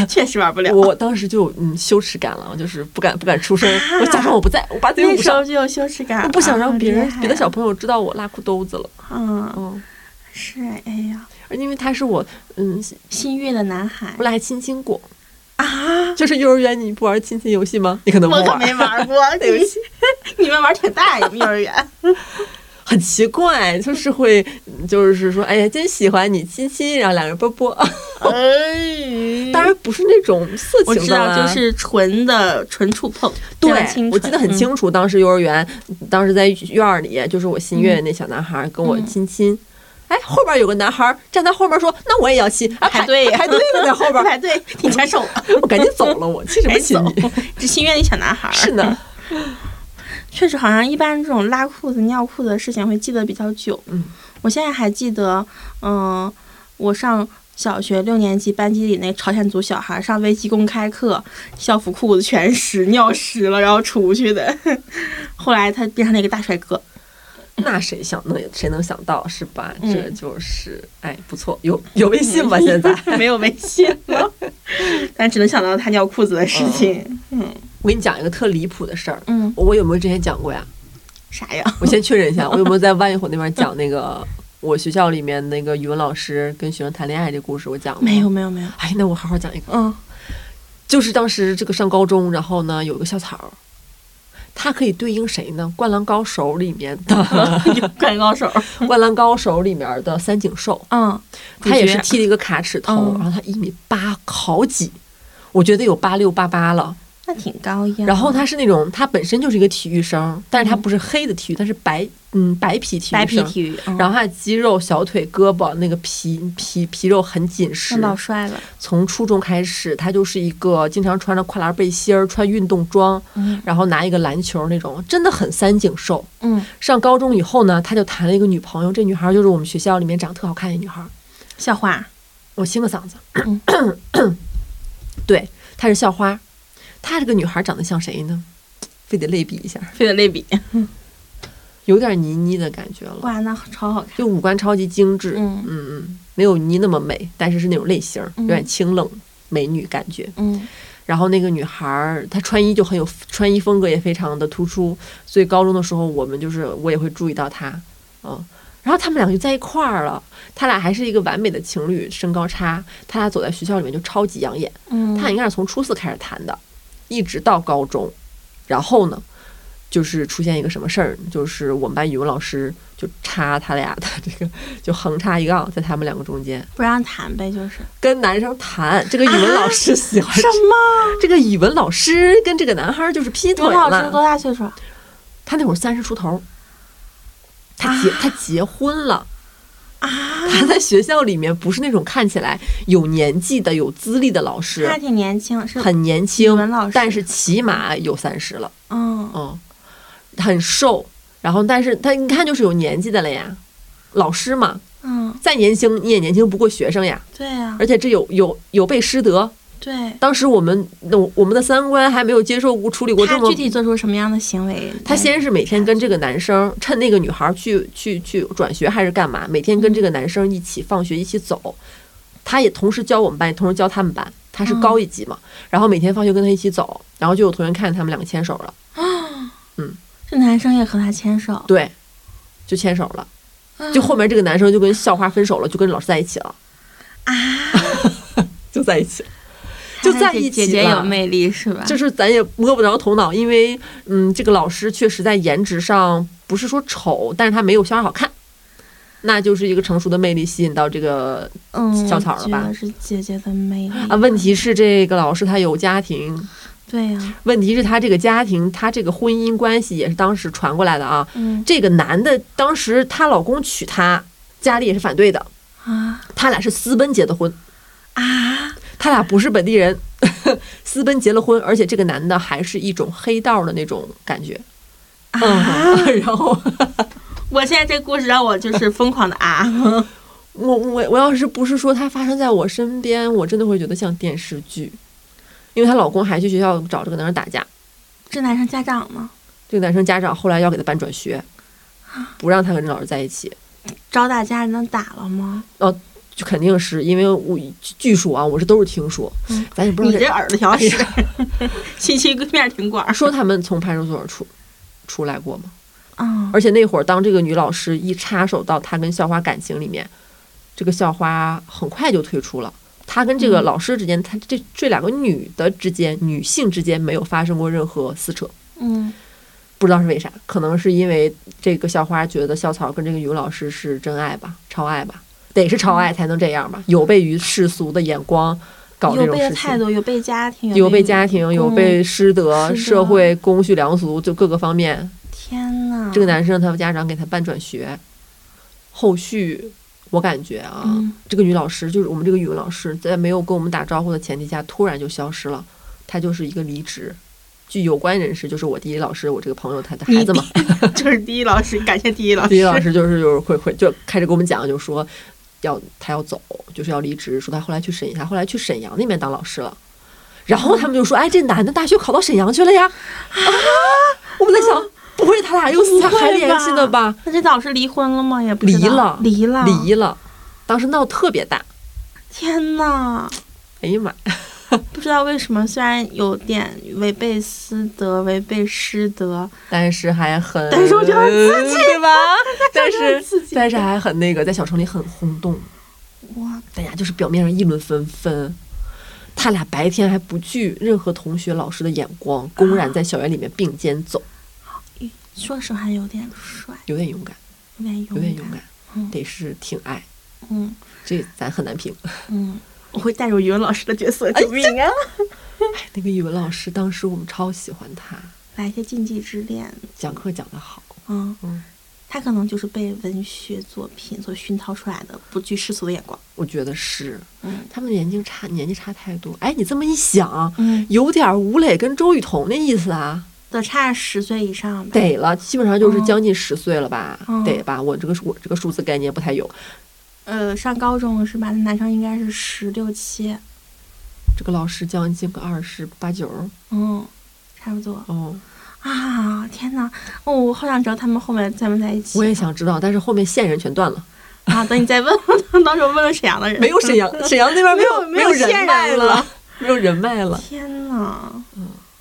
S2: 确实玩不了。
S1: 我当时就嗯羞耻感了，我就是不敢不敢出声，
S2: 啊
S1: 我假装我不在，我把嘴
S2: 那
S1: 捂
S2: 时
S1: 上
S2: 候，就有羞耻感了，
S1: 我不想让
S2: 好
S1: 别人
S2: 厉害
S1: 别的小朋友知道我拉裤兜子了。
S2: 嗯，
S1: 嗯，
S2: 是哎呀，
S1: 而因为他是我嗯
S2: 新月的男孩
S1: 我俩还亲亲过，
S2: 啊，
S1: 就是幼儿园你不玩亲亲游戏吗？你可能不
S2: 我可
S1: 玩，
S2: 没玩过，
S1: [LAUGHS] 对不
S2: 起，啊你 [LAUGHS] 们玩挺大呀，我们幼儿
S1: [LAUGHS]
S2: 园。
S1: 很奇怪，就是会，嗯就是说，哎呀，真喜欢你，亲亲，然后两人啵啵，
S2: 哎
S1: 当然不是那种色
S2: 我
S1: 情
S2: 知
S1: 的
S2: 道，
S1: 啦，
S2: 就是纯的纯触碰，
S1: 对
S2: 非常清，
S1: 我记得很
S2: 纯。嗯
S1: 清楚，当时幼儿园，当时在院儿里，就是我新
S2: 嗯
S1: 月那小男孩跟我亲亲，哎，后边有个男孩站在后边说，那我也要亲，啊，
S2: 排队
S1: 排队呢，在后边，
S2: 排队，挺抢手，
S1: [LAUGHS] 我赶紧走了，我亲什么
S2: 赶
S1: 亲
S2: 紧 [LAUGHS] 走
S1: 你？。
S2: 这心愿的小男孩儿
S1: 是呢，
S2: 确实好像一般这种拉裤子、尿裤子的事情会记得比较久。
S1: 嗯，
S2: 我现在还记得，嗯、我上小学六年级班级里那朝鲜族小孩上围棋公开课，校服裤子全湿，尿湿了，然后出去的。 [LAUGHS] 后来他变成了一个大帅哥，
S1: 那谁想能谁能想到是吧？
S2: 嗯
S1: 这就是哎，不错，有有微信吗？
S2: [LAUGHS]
S1: 现在
S2: 没有微信
S1: [LAUGHS]
S2: 了，但只能想到他尿裤子的事情。
S1: 我给你讲一个特离谱的事儿，
S2: 嗯，
S1: 我有没有之前讲过呀？
S2: 啥呀？
S1: 我先确认一下，我有没有在万一虎那边讲那个我学校里面那个语文老师跟学生谈恋爱这故事？我讲过
S2: 没有，。没有，没有。
S1: 哎，那我好好讲一个， [LAUGHS]
S2: 嗯
S1: 就是当时这个上高中，然后呢有个校草儿，它可以对应谁呢？《灌篮高手》里面的
S2: 灌篮高手，
S1: 《灌篮高手》里面的三井寿，
S2: 嗯，
S1: 他也
S2: 主
S1: 是
S2: 角
S1: 剃了一个卡尺头，
S2: 嗯
S1: 然后他一米八好几，我觉得有八六八八了。
S2: 那挺高呀。
S1: 然后他是那种他本身就是一个体育生，但是他不是黑的体育，他是白嗯白皮体育生。
S2: 白皮体育，嗯
S1: 然后他的肌肉、小腿、胳膊那个皮皮皮肉很紧实
S2: 那。老帅了，
S1: 从初中开始，他就是一个经常穿着跨栏背心儿、穿运动装，
S2: 嗯
S1: 然后拿一个篮球那种，真的很三井寿。
S2: 嗯，
S1: 上高中以后呢，他就谈了一个女朋友，这女孩就是我们学校里面长得特好看的女孩。
S2: 校花，
S1: 我清个嗓子，
S2: 嗯
S1: [CLEARS THROAT] 对，她是校花。她这个女孩长得像谁呢？非得类比一下，
S2: 非得类比，
S1: 有点倪妮的感觉了，
S2: 哇，那超好看，
S1: 就五官超级精致，
S2: 嗯
S1: 嗯，嗯，没有倪那么美，但是是那种类型，
S2: 嗯
S1: 有点清冷美女感觉。
S2: 嗯
S1: 然后那个女孩儿，她穿衣就很有穿衣风格，也非常的突出。所以高中的时候，我们就是我也会注意到她，嗯。然后他们俩就在一块儿了，他俩还是一个完美的情侣，身高差，他俩走在学校里面就超级养眼。
S2: 嗯，
S1: 他俩应该是从初四开始谈的，一直到高中，然后呢，就是出现一个什么事儿，就是我们班语文老师就插他俩的这个，就横插一杠在他们两个中间，
S2: 不让谈呗，就是 [LAUGHS]
S1: 跟男生谈。这个语文老师喜欢、
S2: 啊么？
S1: 这个语文老师跟这个男孩就是劈
S2: 语
S1: 腿
S2: 文老师
S1: 了。
S2: 多大岁数？
S1: 他那会儿三十出头，他结、他结婚了。
S2: 啊，
S1: 他在学校里面不是那种看起来有年纪的、有资历的老师
S2: 他，挺年轻，是
S1: 很年
S2: 语
S1: 轻
S2: 文老师，
S1: 但是起码有三十了，
S2: 嗯，
S1: 嗯，很瘦，然后但是他一看就是有年纪的了呀，老师嘛，
S2: 嗯，
S1: 再年轻你也年轻不过学生呀，
S2: 对呀、
S1: 而且这有有有悖师德。
S2: 对。
S1: 当时我们那我我们的三观还没有接受过处理过
S2: 他
S1: 这么
S2: 具。体做出什么样的行为？
S1: 他先是每天跟这个男生，趁那个女孩去去去转学还是干嘛，每天跟这个男生一起放学一起走，他也同时教我们班，也同时教他们班，他是
S2: 嗯
S1: 高一级嘛，然后每天放学跟他一起走，然后就有同学看见他们两个牵手了，
S2: 这男生也和他牵手，嗯
S1: 对，就牵手了，就后面这个男生就跟校花分手了，就跟老师在一起了，
S2: 啊，
S1: [LAUGHS] 就在一起了，就在一起
S2: 姐
S1: 了。
S2: 姐有魅力是吧？
S1: 就是咱也摸不着头脑，因为嗯，这个老师确实在颜值上不是说丑，但是他没有小孩好看，那就是一个成熟的魅力吸引到这个
S2: 嗯，
S1: 小草了吧
S2: 我觉得是姐姐的魅力
S1: 啊。问题是这个老师他有家庭，
S2: 对呀、 [LAUGHS]
S1: 问题是他这个家庭，他这个婚姻关系也是当时传过来的啊。
S2: 嗯
S1: 这个男的当时她老公娶她，家里也是反对的，
S2: 啊
S1: 他俩是私奔结的婚，
S2: 啊，
S1: 他俩不是本地人， [LAUGHS] 私奔结了婚，而且这个男的还是一种黑道的那种感觉。
S2: 啊
S1: 嗯， [LAUGHS] 然后。
S2: 我现在这故事让我就是疯狂的啊，
S1: 我我我要是不是说它发生在我身边，我真的会觉得像电视剧，因为她老公还去学校找这个男生打架，
S2: [LAUGHS] 这男生家长呢？
S1: 这个男生家长后来要给他办转学，不让他跟这老师在一起，
S2: 找打架能打了吗？
S1: 就肯定是因为我据说啊，我是都是听说，
S2: 嗯
S1: 咱也不知
S2: 你
S1: 道
S2: 这
S1: 这哎
S2: 耳朵条使， [LAUGHS] 信息面挺广。
S1: 说他们从派出所出出来过吗？
S2: 嗯，
S1: 而且那会儿，当这个女老师一插手到她跟校花感情里面，这个校花很快就退出了。她跟这个
S2: 嗯
S1: 老师之间，她这这两个女的之间，女性之间没有发生过任何撕扯，
S2: 嗯
S1: 不知道是为啥，可能是因为这个校花觉得校草跟这个语文老师是真爱吧，超爱吧，得是超爱才能这样吧，有悖于世俗的眼光搞这
S2: 嗯有
S1: 种
S2: 悖
S1: 事
S2: 的态
S1: 情。
S2: 度，有悖家庭，
S1: 有
S2: 悖
S1: 悖家庭，有
S2: 嗯
S1: 悖师德、
S2: 是的
S1: 社会公序良俗，就各个方面，
S2: 天呐，
S1: 这个男生他们家长给他办转学，后续我感觉啊，
S2: 嗯 [LAUGHS]
S1: 这个女老师就是我们这个语文老师，在没有跟我们打招呼的前提下，突然就消失了，她就是一个离职。据有关人士，就是我第一老师，我这个朋友他的孩子嘛，
S2: 就是第一老师，感谢第一老师，
S1: 第一老师就是就是会会就开始跟我们讲，就说要他要走，就是要离职，说他后来去沈阳，后来去沈阳那边当老师了。然后他们就说，哎，这男的大学考到沈阳去了呀！啊，我们在想，不会他俩又
S2: 不会吧
S1: 还联系呢吧？
S2: 那这老师离婚了吗？也不知道
S1: 离了
S2: 离了，
S1: 离了，当时闹得特别大。
S2: 天呐，
S1: 哎呀妈，
S2: 不知道为什么，虽然有点违背私德、违背师德，
S1: 但是还很，
S2: 但是我觉得很 [LAUGHS]
S1: 刺激，对吧？嗯 [LAUGHS] 但
S2: 很
S1: 是
S2: 刺激
S1: 但是还很那个，在小城里很轰动，
S2: 哇，
S1: 大家就是表面上议论纷纷。他俩白天还不惧任何同学、老师的眼光，公然在校园里面并肩走，
S2: 说实话有点帅，
S1: 有点勇敢，
S2: 有点勇
S1: 有点勇敢，
S2: 嗯
S1: 得是挺爱，
S2: 嗯
S1: 这咱很
S2: [LAUGHS]
S1: 难评。
S2: 嗯，我会带入语文老师的角色，救命啊！
S1: 哎， [LAUGHS] 那个语文老师当时我们超喜欢他，
S2: 来一些禁忌之恋，
S1: 讲课讲得好，
S2: 嗯
S1: 嗯，
S2: 他可能就是被文学作品所熏陶出来的，不惧世俗的眼光，
S1: 我觉得是
S2: 嗯
S1: 他们年纪差年纪差太多。哎，你这么一想，
S2: 嗯，
S1: 有点吴磊跟周雨彤那意思啊。
S2: 得差十岁以上吧，
S1: 得了，基本上就是
S2: 哦
S1: 将近十岁了吧，
S2: 哦
S1: 得吧？我这个我这个数字概念不太有。
S2: 呃，上高中是吧？那男生应该是十六七，
S1: 这个老师将近个二十八九
S2: 嗯，差不多
S1: 哦，
S2: 啊！天哪，哦，我好想知道他们后面在没在一起。
S1: 我也想知道，但是后面线人全断了，
S2: 啊，等你再问， [LAUGHS] 到时候问问沈阳的
S1: [LAUGHS]
S2: 人。
S1: 没有沈阳，沈阳那边
S2: 没有
S1: 有没
S2: 没有线
S1: 人
S2: 人
S1: 脉
S2: 了，
S1: 没有人脉了。
S2: 天哪，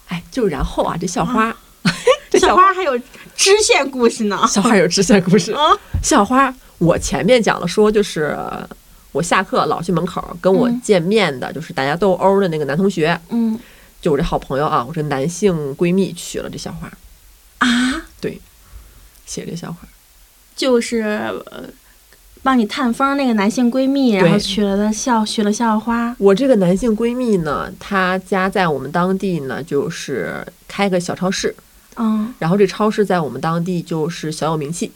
S1: 哎，就然后啊，这校花， [LAUGHS] 这
S2: 这
S1: 校
S2: 小
S1: 花，
S2: 花还有支线故事
S1: [LAUGHS]
S2: 呢。
S1: 校花有嗯支线故事。
S2: 啊，
S1: 校花，我前面讲了说，就是呃我下课老去门口跟我
S2: 嗯
S1: 见面的，就是大家斗殴的那个男同学，
S2: 嗯
S1: 就我这好朋友啊，我这男性闺蜜取了这校花，
S2: 啊，
S1: 写这校花，
S2: 就是呃帮你探风那个男性闺蜜，然后
S1: 对
S2: 娶了的校，娶了校花，
S1: 我这个男性闺蜜呢，她家在我们当地呢，就是呃开个小超市，
S2: 嗯，
S1: 然后这超市在我们当地就是呃小有名气，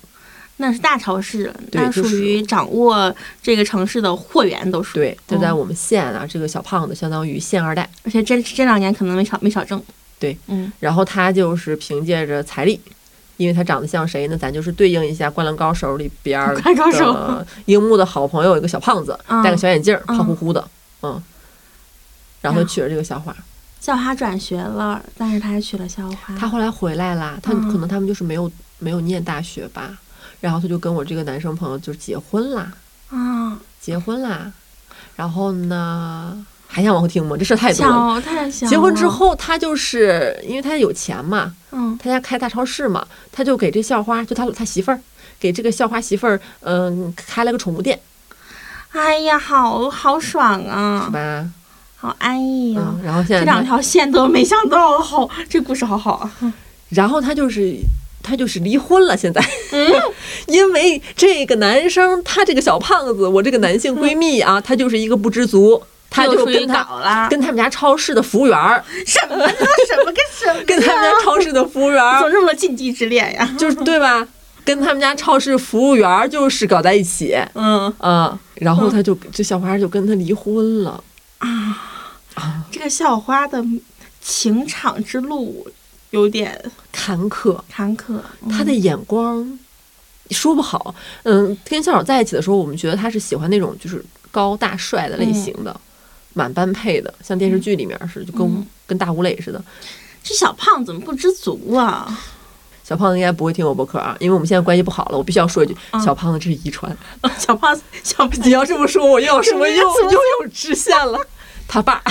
S2: 那是大超市了，
S1: 对
S2: 那
S1: 就
S2: 属
S1: 是
S2: 于掌握这个城市的货源都是，
S1: 对，就在
S2: 哦
S1: 我们县啊，这个小胖子相当于县啊二代。
S2: 而且这这两年可能没少没少挣，
S1: 对，
S2: 嗯，
S1: 然后他就是凭借着财力，因为他长得像谁呢？咱就是对应一下《灌篮高手》里边
S2: [LAUGHS]
S1: 儿
S2: 灌篮高手
S1: 的樱木的好朋友，有一个小胖子，
S2: 嗯
S1: 戴个小眼镜儿，
S2: 嗯
S1: 胖乎乎的，嗯。然后
S2: 然后
S1: 娶了这个校花，
S2: 校花转学了，但是她还娶了校花，
S1: 他后来回来啦，他
S2: 嗯
S1: 可能他们就是没有没有念大学吧，然后他就跟我这个男生朋友就结婚啦，
S2: 啊，
S1: 结婚啦，然后呢，还想往后听吗？这事儿太多了。
S2: 小太小了，
S1: 结婚之后，他就是因为他有钱嘛，
S2: 嗯，
S1: 他家开大超市嘛，他就给这校花，就他他媳妇儿，给这个校花媳妇儿，嗯，开了个宠物店，
S2: 哎呀，好好爽
S1: 是
S2: 啊，
S1: 吧？
S2: 好安逸哎呀、
S1: 嗯，然后现
S2: 这
S1: 在
S2: 两
S1: 他，
S2: 条线都没想到，好，这故事好好啊！
S1: 然后他就是他就是离婚了，现在，
S2: 嗯，
S1: [LAUGHS] 因为这个男生他这个小胖子，我这个男性闺蜜啊，他就是一个不知足，他就
S2: 出去
S1: 跟他
S2: 搞啦，
S1: 跟他们家超市的服务员儿，
S2: 什么呢？什么跟什么？
S1: 跟他们家超市的服务员儿，
S2: 怎 [LAUGHS] 么这么多禁忌之恋呀？
S1: 就是对吧？跟他们家超市服务员儿就是搞在一起，
S2: 嗯
S1: 嗯，然后他就这小花就跟他离婚了。
S2: 啊，这个校花的情场之路有点
S1: 坎坷，
S2: 坎坷。
S1: 他
S2: 嗯
S1: 的眼光说不好。嗯，跟校长在一起的时候，我们觉得他是喜欢那种就是高大帅的
S2: 嗯
S1: 类型的，满般配的，像电视剧里面似的，就跟、
S2: 嗯
S1: 跟大吴磊似的。
S2: 这小胖怎么不知足啊？
S1: 小胖子应该不会听我播客啊，因为我们现在关系不好了。我必须要说一句，
S2: 嗯
S1: 小胖子这是遗传。
S2: [LAUGHS] 小胖小胖，
S1: 你要这么说，我又有
S2: [LAUGHS]
S1: 什么又
S2: 怎么
S1: 又有支线了？他爸，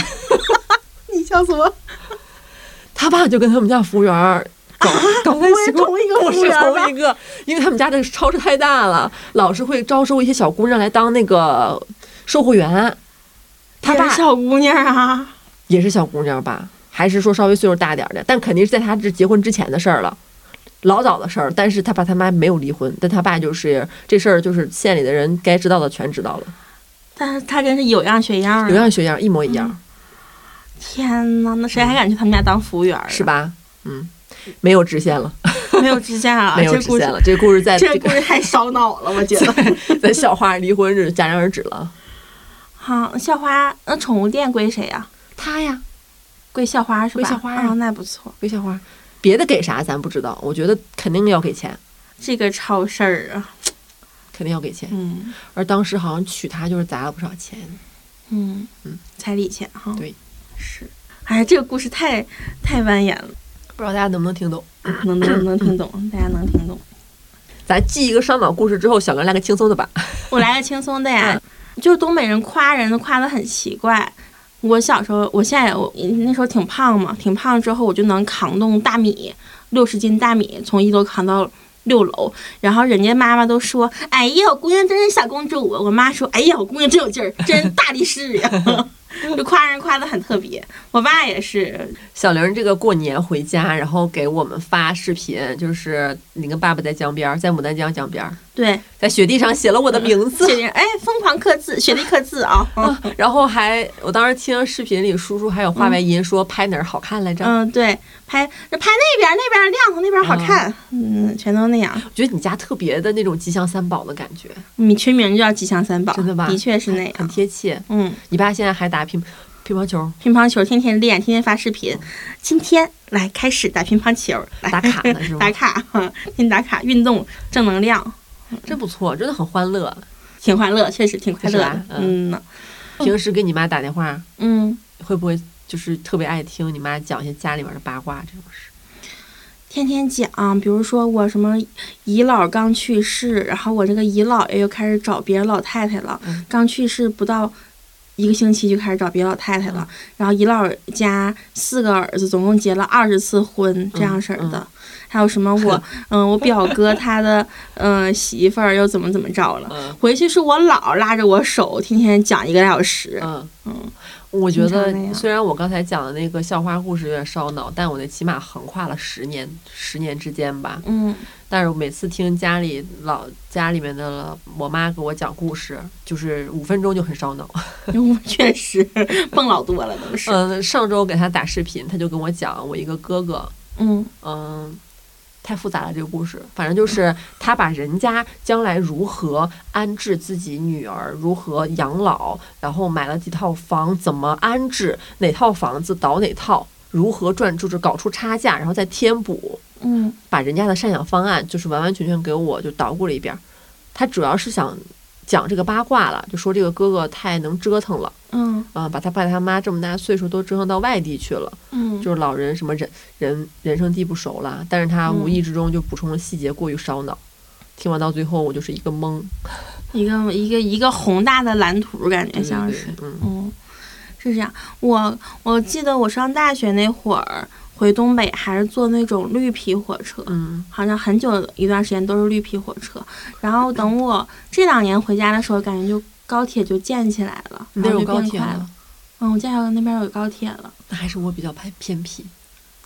S2: 你笑死我！
S1: 他爸就跟他们家服务员儿搞搞在一起
S2: 啊不
S1: 过，
S2: 是同一个
S1: 不
S2: 服务
S1: 是
S2: 员吧
S1: 同一个，因为他们家的超市太大了，老是会招收一些小姑娘来当那个售货员。他
S2: 也
S1: 爸
S2: 是小姑娘啊，
S1: 也是小姑娘吧，还是说稍微岁数大点儿的，但肯定是在他这结婚之前的事儿了。老早的事儿，但是他爸他妈没有离婚，但他爸就是这事儿，就是县里的人该知道的全知道了，
S2: 但是她真是有样学样
S1: 有
S2: 啊！
S1: 样学样，一模一样。
S2: 天哪，那谁还敢去他们家当服务员儿？
S1: 是？吧？嗯，没有支线了，
S2: 没有支线啊，
S1: [LAUGHS] 没有
S2: 这
S1: 支
S2: 故事
S1: 线了。这故事在
S2: 这
S1: 这
S2: 故
S1: 个
S2: 事太烧脑了，我觉得。
S1: 在校花离婚日戛然而止了。
S2: [LAUGHS] 好，校花，那宠物店归谁呀、
S1: 他呀，
S2: 归校花是
S1: 归
S2: 吧？
S1: 校花
S2: 啊、
S1: 呀
S2: 那不错。
S1: 魏校花，别的给啥咱不知道，我觉得肯定要给钱，
S2: 这个超事儿啊，
S1: 肯定要给钱。
S2: 嗯
S1: 而当时好像娶她就是砸了不少钱，
S2: 嗯
S1: 嗯，
S2: 彩礼钱哈。
S1: 对，
S2: 是。哎呀，这个故事太太蜿蜒了，
S1: 不知道大家能不能听懂？
S2: 能能能听懂，大家能听懂。
S1: 咱记一个烧脑故事之后，小哥来个轻松的吧。
S2: 我来个轻松的呀，就是东北人夸人都夸得很奇怪。我小时候，我现在我那时候挺胖嘛，挺胖之后我就能扛动大米，六十斤大米从一楼扛到六楼，然后人家妈妈都说：“哎呀，我姑娘真是小公主。”我妈说：“哎呀，我姑娘真有劲儿，真是大力士呀。” [LAUGHS] 就夸人夸得很特别。我爸也是，
S1: 小玲这个过年回家，然后给我们发视频，就是你跟爸爸在江边儿，在牡丹江江边儿，
S2: 对，
S1: 在雪地上写了我的名 [LAUGHS] 字。
S2: 雪人哎，疯狂刻字，雪地刻字啊。嗯
S1: 然后还，我当时听视频里叔叔还有话外音说拍哪儿好看来着，
S2: 嗯，对，拍拍那边儿那边儿亮堂，那边儿好看，嗯，全都那样。
S1: 我觉得你家特别的那种吉祥三宝的感觉，
S2: 你取名就叫吉祥三宝，
S1: 真的吧？
S2: 确是
S1: 很
S2: 那
S1: 很
S2: 样。
S1: 贴切。
S2: 嗯，
S1: 你爸现在还打乒乒乓
S2: [LAUGHS]
S1: 球，
S2: 乒乓球天天练，天天发视频。今天来开始打乒乓球，来
S1: 打卡呢是吗
S2: [LAUGHS] 打卡，嗯天天打卡，运动正能量，
S1: 真不错，真的很欢乐。
S2: 挺快乐，确实挺快乐
S1: 是
S2: 的
S1: 吧。
S2: 嗯呢
S1: 平时给你妈打电话，
S2: 嗯，
S1: 会不会就是特别爱听你妈讲一些家里面的八卦这种事？
S2: 天天讲，比如说我什么姨姥刚去世，然后我这个姨姥爷又开始找别的老太太了。
S1: 嗯
S2: 刚去世不到一个星期就开始找别的老太太
S1: 嗯
S2: 了。然后姨姥家四个儿子总共结了二十次婚，这样式儿的。
S1: 嗯
S2: 还有什么
S1: [LAUGHS]
S2: 我嗯，我表哥他的嗯媳妇儿又怎么怎么着了。
S1: 嗯
S2: 回去是我姥拉着我手，天天讲一个来小时。
S1: 嗯
S2: 嗯，
S1: 我觉
S2: 经常那
S1: 得
S2: 样
S1: 虽然我刚才讲的那个校花故事有点烧脑，但我那起码横跨了十年，十年之间吧。
S2: 嗯
S1: 但是我每次听家里老家里面的我妈给我讲故事，就是五分钟就很烧脑。
S2: 嗯，确实 [LAUGHS] 蹦老多了，都是。
S1: 嗯，上周给她打视频，她就跟我讲我一个哥哥，
S2: 嗯
S1: 嗯，太复杂了这个故事。反正就是他把人家将来如何安置自己女儿，如何养老，然后买了几套房，怎么安置哪套房子倒哪套，如何赚，就是搞出差价，然后再添补，
S2: 嗯
S1: 把人家的赡养方案就是完完全全给我就捣鼓了一遍儿。他主要是想讲这个八卦了，就说这个哥哥太能折腾了
S2: 嗯
S1: 啊，把他爸他妈这么大岁数都折腾到外地去了。
S2: 嗯，
S1: 就是老人什么人人人生地不熟啦，但是他无
S2: 嗯
S1: 意之中就补充了细节过于烧脑，听完到最后我就是一个懵，
S2: 一个一个一个宏大的蓝图，感觉
S1: 对对
S2: 像
S1: 对
S2: 是。
S1: 嗯
S2: 嗯，是这样。我我记得我上大学那会儿回东北还是坐那种绿皮火车，
S1: 嗯
S2: 好像很久一段时间都是绿皮火车。然后等我这两年回家的时候，感觉就高铁就建起来了，
S1: 那
S2: 然
S1: 种
S2: 后就
S1: 高
S2: 变
S1: 铁
S2: 快了
S1: 呢。，
S2: 嗯，我家还有那边有高铁了，
S1: 那还是我比较偏偏僻，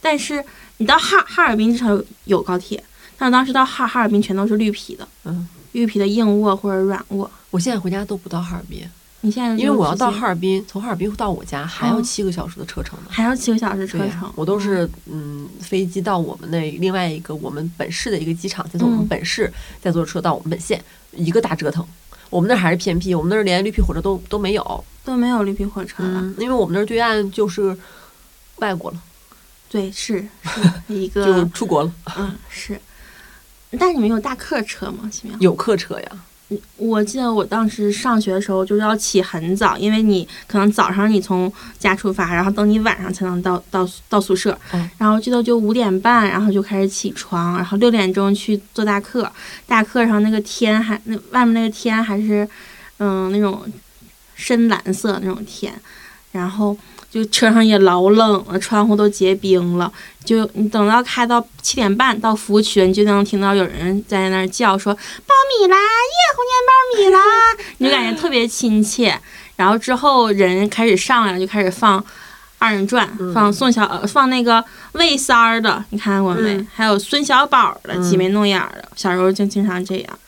S2: 但是你到哈哈尔滨至少有有高铁，但是当时到哈哈尔滨全都是绿皮的，
S1: 嗯，
S2: 绿皮的硬卧或者软卧。我
S1: 我现在回家都不到哈尔滨，
S2: 你现在
S1: 因为我要
S2: 就直
S1: 到
S2: 接
S1: 哈尔滨，从哈尔滨到我家还要
S2: 哦
S1: 七个小时的车程呢。
S2: 还要七个小时车
S1: 对呀
S2: 程，
S1: 我都
S2: 嗯
S1: 是嗯飞机到我们那另外一个我们本市的一个机场，再从我们
S2: 嗯
S1: 本市再坐车到我们本县，一个大折腾。我们那儿还是偏僻，我们那儿连绿皮火车都都没有，
S2: 都没有绿皮火车了。
S1: 嗯，因为我们那儿对岸就是外国了，
S2: 对，是
S1: [LAUGHS]
S2: 是一
S1: 就
S2: 个，
S1: 出国了，
S2: 嗯，是。但你们有大客车吗？奇妙，
S1: 有客车呀。
S2: 我记得我当时上学的时候就是要起很早，因为你可能早上你从家出发，然后等你晚上才能到到到宿舍。
S1: 嗯
S2: 然后记得就五点半，然后就开始起床，然后六点钟去做大课。大课上那个天还那外面那个天还是嗯那种深蓝色那种天，然后就车上也老冷了，窗户都结冰了。就你等到开到七点半到服务区，你就能听到有人在那儿叫说苞米啦，耶，红娘苞米啦， [LAUGHS] 你就感觉特别亲切。然后之后人开始上来了，就开始放二人转，
S1: 嗯
S2: 放宋小、呃放那个魏三儿的，你看过没？
S1: 嗯
S2: 还有孙小宝的，
S1: 嗯
S2: 挤眉弄眼儿的，小时候就经常这样。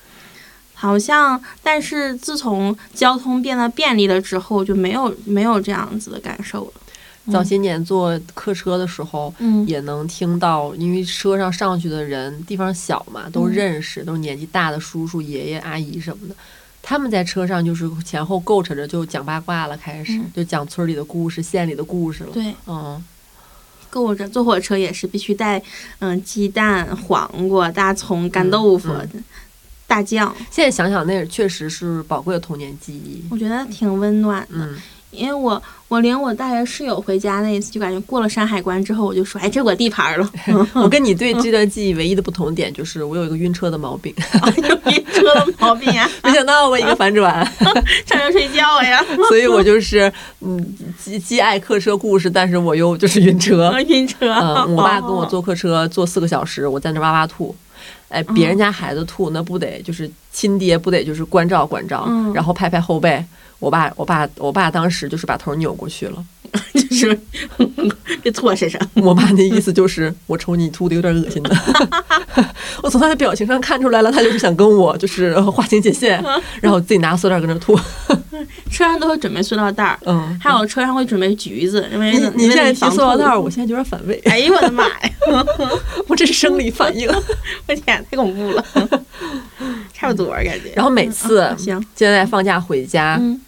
S2: 好像，但是自从交通变得便利了之后，就没有没有这样子的感受了。嗯
S1: 早些年坐客车的时候，
S2: 嗯
S1: 也能听到，因为车上上去的人地方小嘛，都
S2: 嗯
S1: 认识，都是年纪大的叔叔、爷爷、阿姨什么的。他们在车上就是前后够扯着就讲八卦了，开始
S2: 嗯
S1: 就讲村里的故事、县里的故事了。
S2: 对，
S1: 嗯，
S2: 购物车坐火车也是必须带，嗯，鸡蛋、黄瓜、大葱、干豆腐、
S1: 嗯
S2: 大酱，
S1: 现在想想那确实是宝贵的童年记忆。
S2: 我觉得挺温暖的。
S1: 嗯，
S2: 因为我我领我大学室友回家那一次，就感觉过了山海关之后，我就说，哎，这我地盘儿了， [LAUGHS]
S1: 嗯我跟你对这段记忆唯一的不同点就是我有一个晕车的毛
S2: 啊
S1: 病，
S2: 有哎晕车的毛病呀、
S1: 没想到我一个反转。
S2: 上车睡觉呀，
S1: [LAUGHS] 所以我就是嗯，既既爱客车故事，但是我又就是晕车。
S2: 晕车。
S1: 嗯，我爸跟我坐客车坐四个小时，我在那哇哇吐。哎，别
S2: 嗯
S1: 人家孩子吐，那不得就是亲爹不得就是关照关照，
S2: 嗯
S1: 然后拍拍后背。我爸，我爸，我爸当时就是把头扭过去了。 [LAUGHS]
S2: 就是别吐我身上。
S1: 我爸那意思就是，我瞅你吐的有点恶心的。 [LAUGHS] 我从他的表情上看出来了，他就是想跟我就是划清界
S2: [LAUGHS]
S1: 限，然后自己拿塑料跟那吐。
S2: 车上都会准备塑料袋儿，
S1: 嗯，
S2: 还有车上会准备橘子，因为
S1: 你你现在提
S2: 防
S1: 塑料袋儿，
S2: 吐
S1: 我现在有点反胃，
S2: 哎呦我的妈呀！
S1: [LAUGHS] 我这是生理反应。
S2: 我天，太恐怖了， [LAUGHS] 差不多感觉。
S1: [LAUGHS] 然后啊每次
S2: 嗯行，
S1: 现在放假回家，
S2: 嗯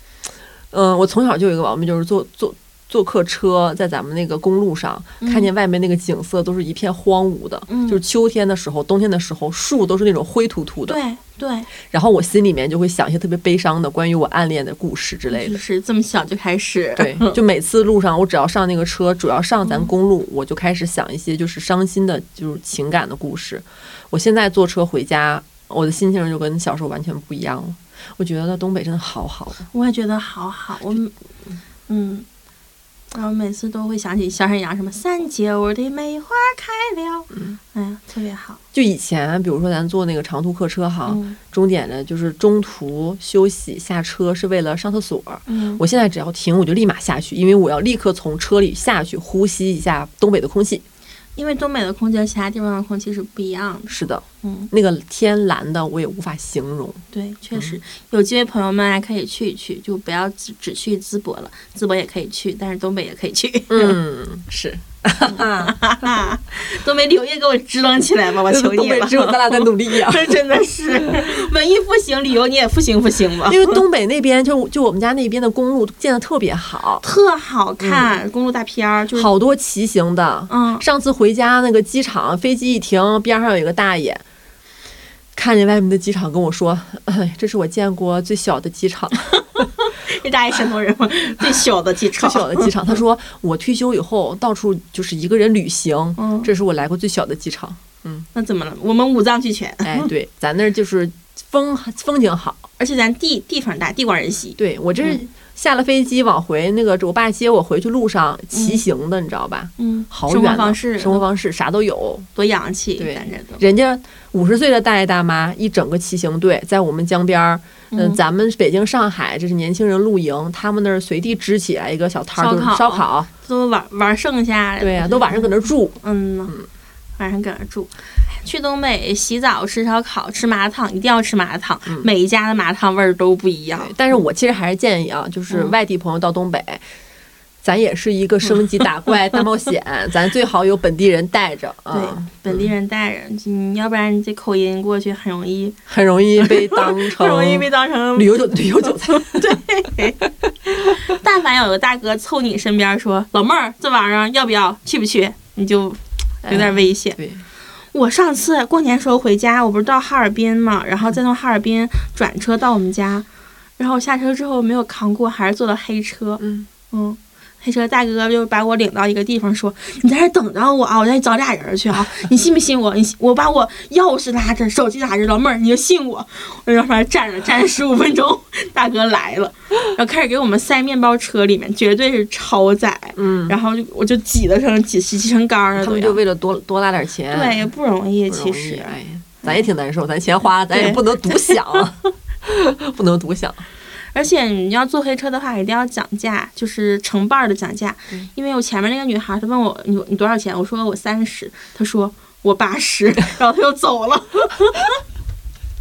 S1: 嗯，我从小就有一个毛病，就是坐坐坐客车，在咱们那个公路上，
S2: 嗯
S1: 看见外面那个景色都是一片荒芜的，
S2: 嗯
S1: 就是秋天的时候、冬天的时候，树都是那种灰秃秃的。
S2: 对对，
S1: 然后我心里面就会想一些特别悲伤的关于我暗恋的故事之类
S2: 就
S1: 的。
S2: 是这么小就开始，
S1: 对，就每次路上，我只要上那个车，主要上咱公路，我就开始想一些就是伤心的，就是情感的故事。我现在坐车回家，我的心情就跟小时候完全不一样了。我觉得东北真的好好啊，
S2: 我也觉得好好，我嗯，啊、后每次都会想起小沈阳什么“三姐，我的梅花开了”，
S1: 嗯
S2: 哎呀，特别好。
S1: 就以前，比如说咱坐那个长途客车哈，
S2: 嗯
S1: 终点呢就是中途休息下车是为了上厕所。
S2: 嗯，
S1: 我现在只要停，我就立马下去，因为我要立刻从车里下去呼吸一下东北的空气。
S2: 因为东北的空气和其他地方的空气是不一样的。
S1: 是的，
S2: 嗯，
S1: 那个天蓝的我也无法形容。
S2: 对，确
S1: 嗯
S2: 实有机会，朋友们还可以去一去，就不要只只去淄博了，淄博也可以去，但是东北也可以去。
S1: [LAUGHS] 嗯，是。
S2: [LAUGHS] 东北旅游业给我支棱起来吧，我求
S1: 东
S2: 你
S1: 北
S2: 了。
S1: 只有咱俩在努力呀、
S2: [LAUGHS] 真的
S1: [LAUGHS]
S2: 是文艺复兴，旅游你也复兴复兴吧。
S1: 因为东北那边就就我们家那边的公路建的特别好，
S2: 特好看，公路大片儿就
S1: 嗯
S2: 是，
S1: 好多骑行的。
S2: 嗯，
S1: 上次回家那个机场，飞机一停，边上有一个大爷，看见外面的机场跟我说：“哎，这是我见过最小的机场，
S2: 这大爷山东人
S1: [LAUGHS]
S2: 嘛，最小的机
S1: 最
S2: 场，
S1: 小的机场。”他说：“我退休以后到处就是一个人旅行，
S2: 嗯
S1: 这是我来过最小的机场。
S2: 那怎么了？我们五脏俱全”，
S1: 哎，对，咱那儿就是风风景好。
S2: 而且咱地地方大，地广人稀。
S1: 对我这
S2: 嗯
S1: 下了飞机往回那个，我爸接我回去路上骑行的，你知道吧？
S2: 嗯，
S1: 好
S2: 生
S1: 远呢，
S2: 活方式，嗯
S1: 生活方式啥都有。
S2: 多洋气，
S1: 对
S2: 咱这都。
S1: 人家五十岁的大爷大妈一整个骑行队在我们江边儿，嗯、
S2: 嗯
S1: 咱们北京、上海这是年轻人露营，他们那儿随地支起来一个小摊儿，
S2: 烧
S1: 就是
S2: 烤
S1: 烧烤，
S2: 都玩玩剩下来的，
S1: 对呀、都晚上搁那儿住。
S2: 嗯呢，晚上搁那住。哎去东北洗澡、吃烧烤、吃麻辣烫，一定要吃麻辣烫，每一家的麻辣烫味儿都不一样。
S1: 对但是我其实还是建议啊，就是
S2: 嗯
S1: 外地朋友到东北。咱也是一个升级打怪大冒
S2: [LAUGHS]
S1: 险，咱最好有本地人带着啊，
S2: 嗯对，本地人带人，你要不然你这口音过去很容易，
S1: 很容易
S2: [LAUGHS]
S1: 被当
S2: 很
S1: 成
S2: 容易被当成
S1: 旅游韭旅游韭
S2: [LAUGHS]
S1: 菜。
S2: 但凡有个大哥凑你身边说：“老妹儿，这玩意儿要不要？去不去？”你就有点危险。
S1: 对，
S2: 我上次过年时候回家，我不是到哈尔滨嘛，然后再从哈尔滨转车到我们家，然后我下车之后没有扛过，还是坐的黑车。
S1: 嗯
S2: 嗯，黑车大哥就把我领到一个地方，说：“你在这儿等着我啊，我再找俩人去啊，你信不信我？你信我把我钥匙拿着，手机拿着，老妹儿你就信我。”我在旁边站着，站十五分钟， [LAUGHS] 大哥来了，然后开始给我们塞面包车，里面绝对是超载，
S1: 嗯，啊
S2: 然后就我就挤得成挤挤成杆儿了
S1: 他
S2: 都
S1: 们
S2: 要
S1: 就。为了多多拉点钱，
S2: 对，也不容易，
S1: 不容
S2: 其
S1: 易
S2: 实。
S1: 哎呀，咱也挺难受，咱钱花，咱也不能独享， [LAUGHS] 不能独享。
S2: 而且你要坐黑车的话，一定要讲价，就是成伴儿的讲价。
S1: 嗯
S2: 因为我前面那个女孩，她问我你你多少钱，我说我三十，她说我八十，然后她又走了，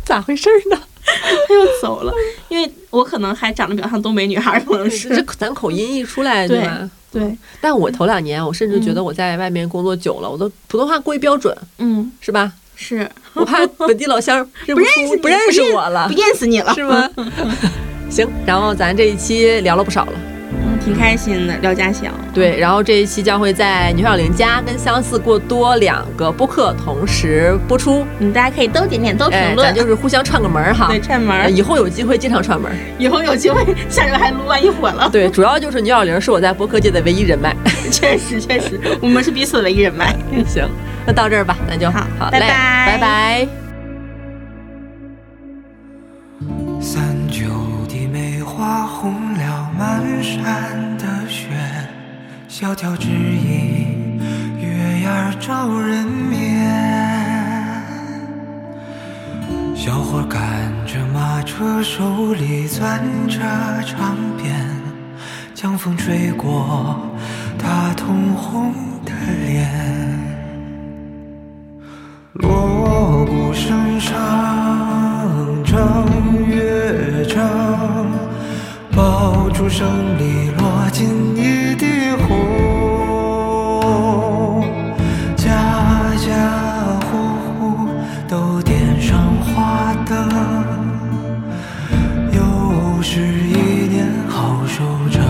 S1: 咋回事儿呢？
S2: 她又走了，因为我可能还长得比较像东北女孩，可
S1: [LAUGHS]
S2: 能
S1: 这
S2: 是
S1: 咱口音一出来，对嗯吧？
S2: 对，
S1: 但我头两年，我甚至觉得我在外面工作久了，我都普通话过于标准，
S2: 嗯，
S1: 是吧？
S2: 是
S1: 我 [LAUGHS] 怕本地老乡认不出，不认识我了
S2: 不，认识你了，
S1: 是 [LAUGHS] 吗？行，然后咱这一期聊了不少了，
S2: 嗯，挺开心的，聊家乡，
S1: 对，然后这一期将会在牛小玲家跟相似过多两个播客同时播出，
S2: 嗯，大家可以都点点，都评
S1: 哎，
S2: 论，
S1: 咱就是互啊哎相串个门儿哈，呃
S2: 对串门儿，
S1: 以后有机会经常串门儿。
S2: 以后有机会下周还撸完一伙了，
S1: 对，主要就是牛小玲是我在播客界的唯一人脉。 [LAUGHS]
S2: 确实确实，我们是彼此的一人脉。
S1: 行，那到这儿吧，那就
S2: 好
S1: 好嘞，
S2: 拜拜
S1: 拜拜。
S3: 三九的梅花红了满山的雪，萧条之意，月牙儿照人眠。小伙赶着马车，手里攥着长鞭，江风吹过他通红的脸。锣鼓声上，正乐章，爆竹声里落尽一地红，家家户户都点上花灯，又是一年好收成。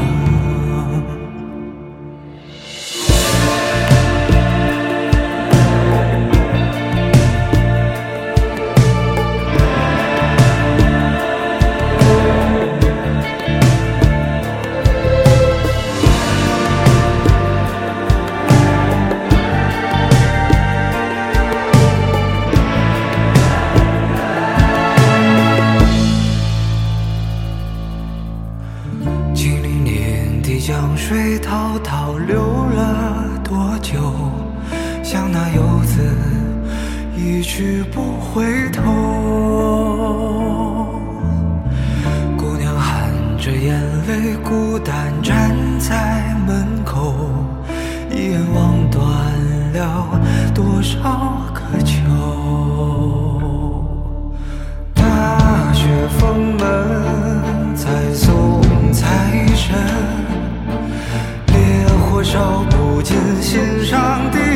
S3: 潦倒流了多久？像那游子一去不回头。姑娘含着眼泪，孤单站在门口，一眼望断了多少个秋。大雪封门，再送财神，烈火烧不尽心上的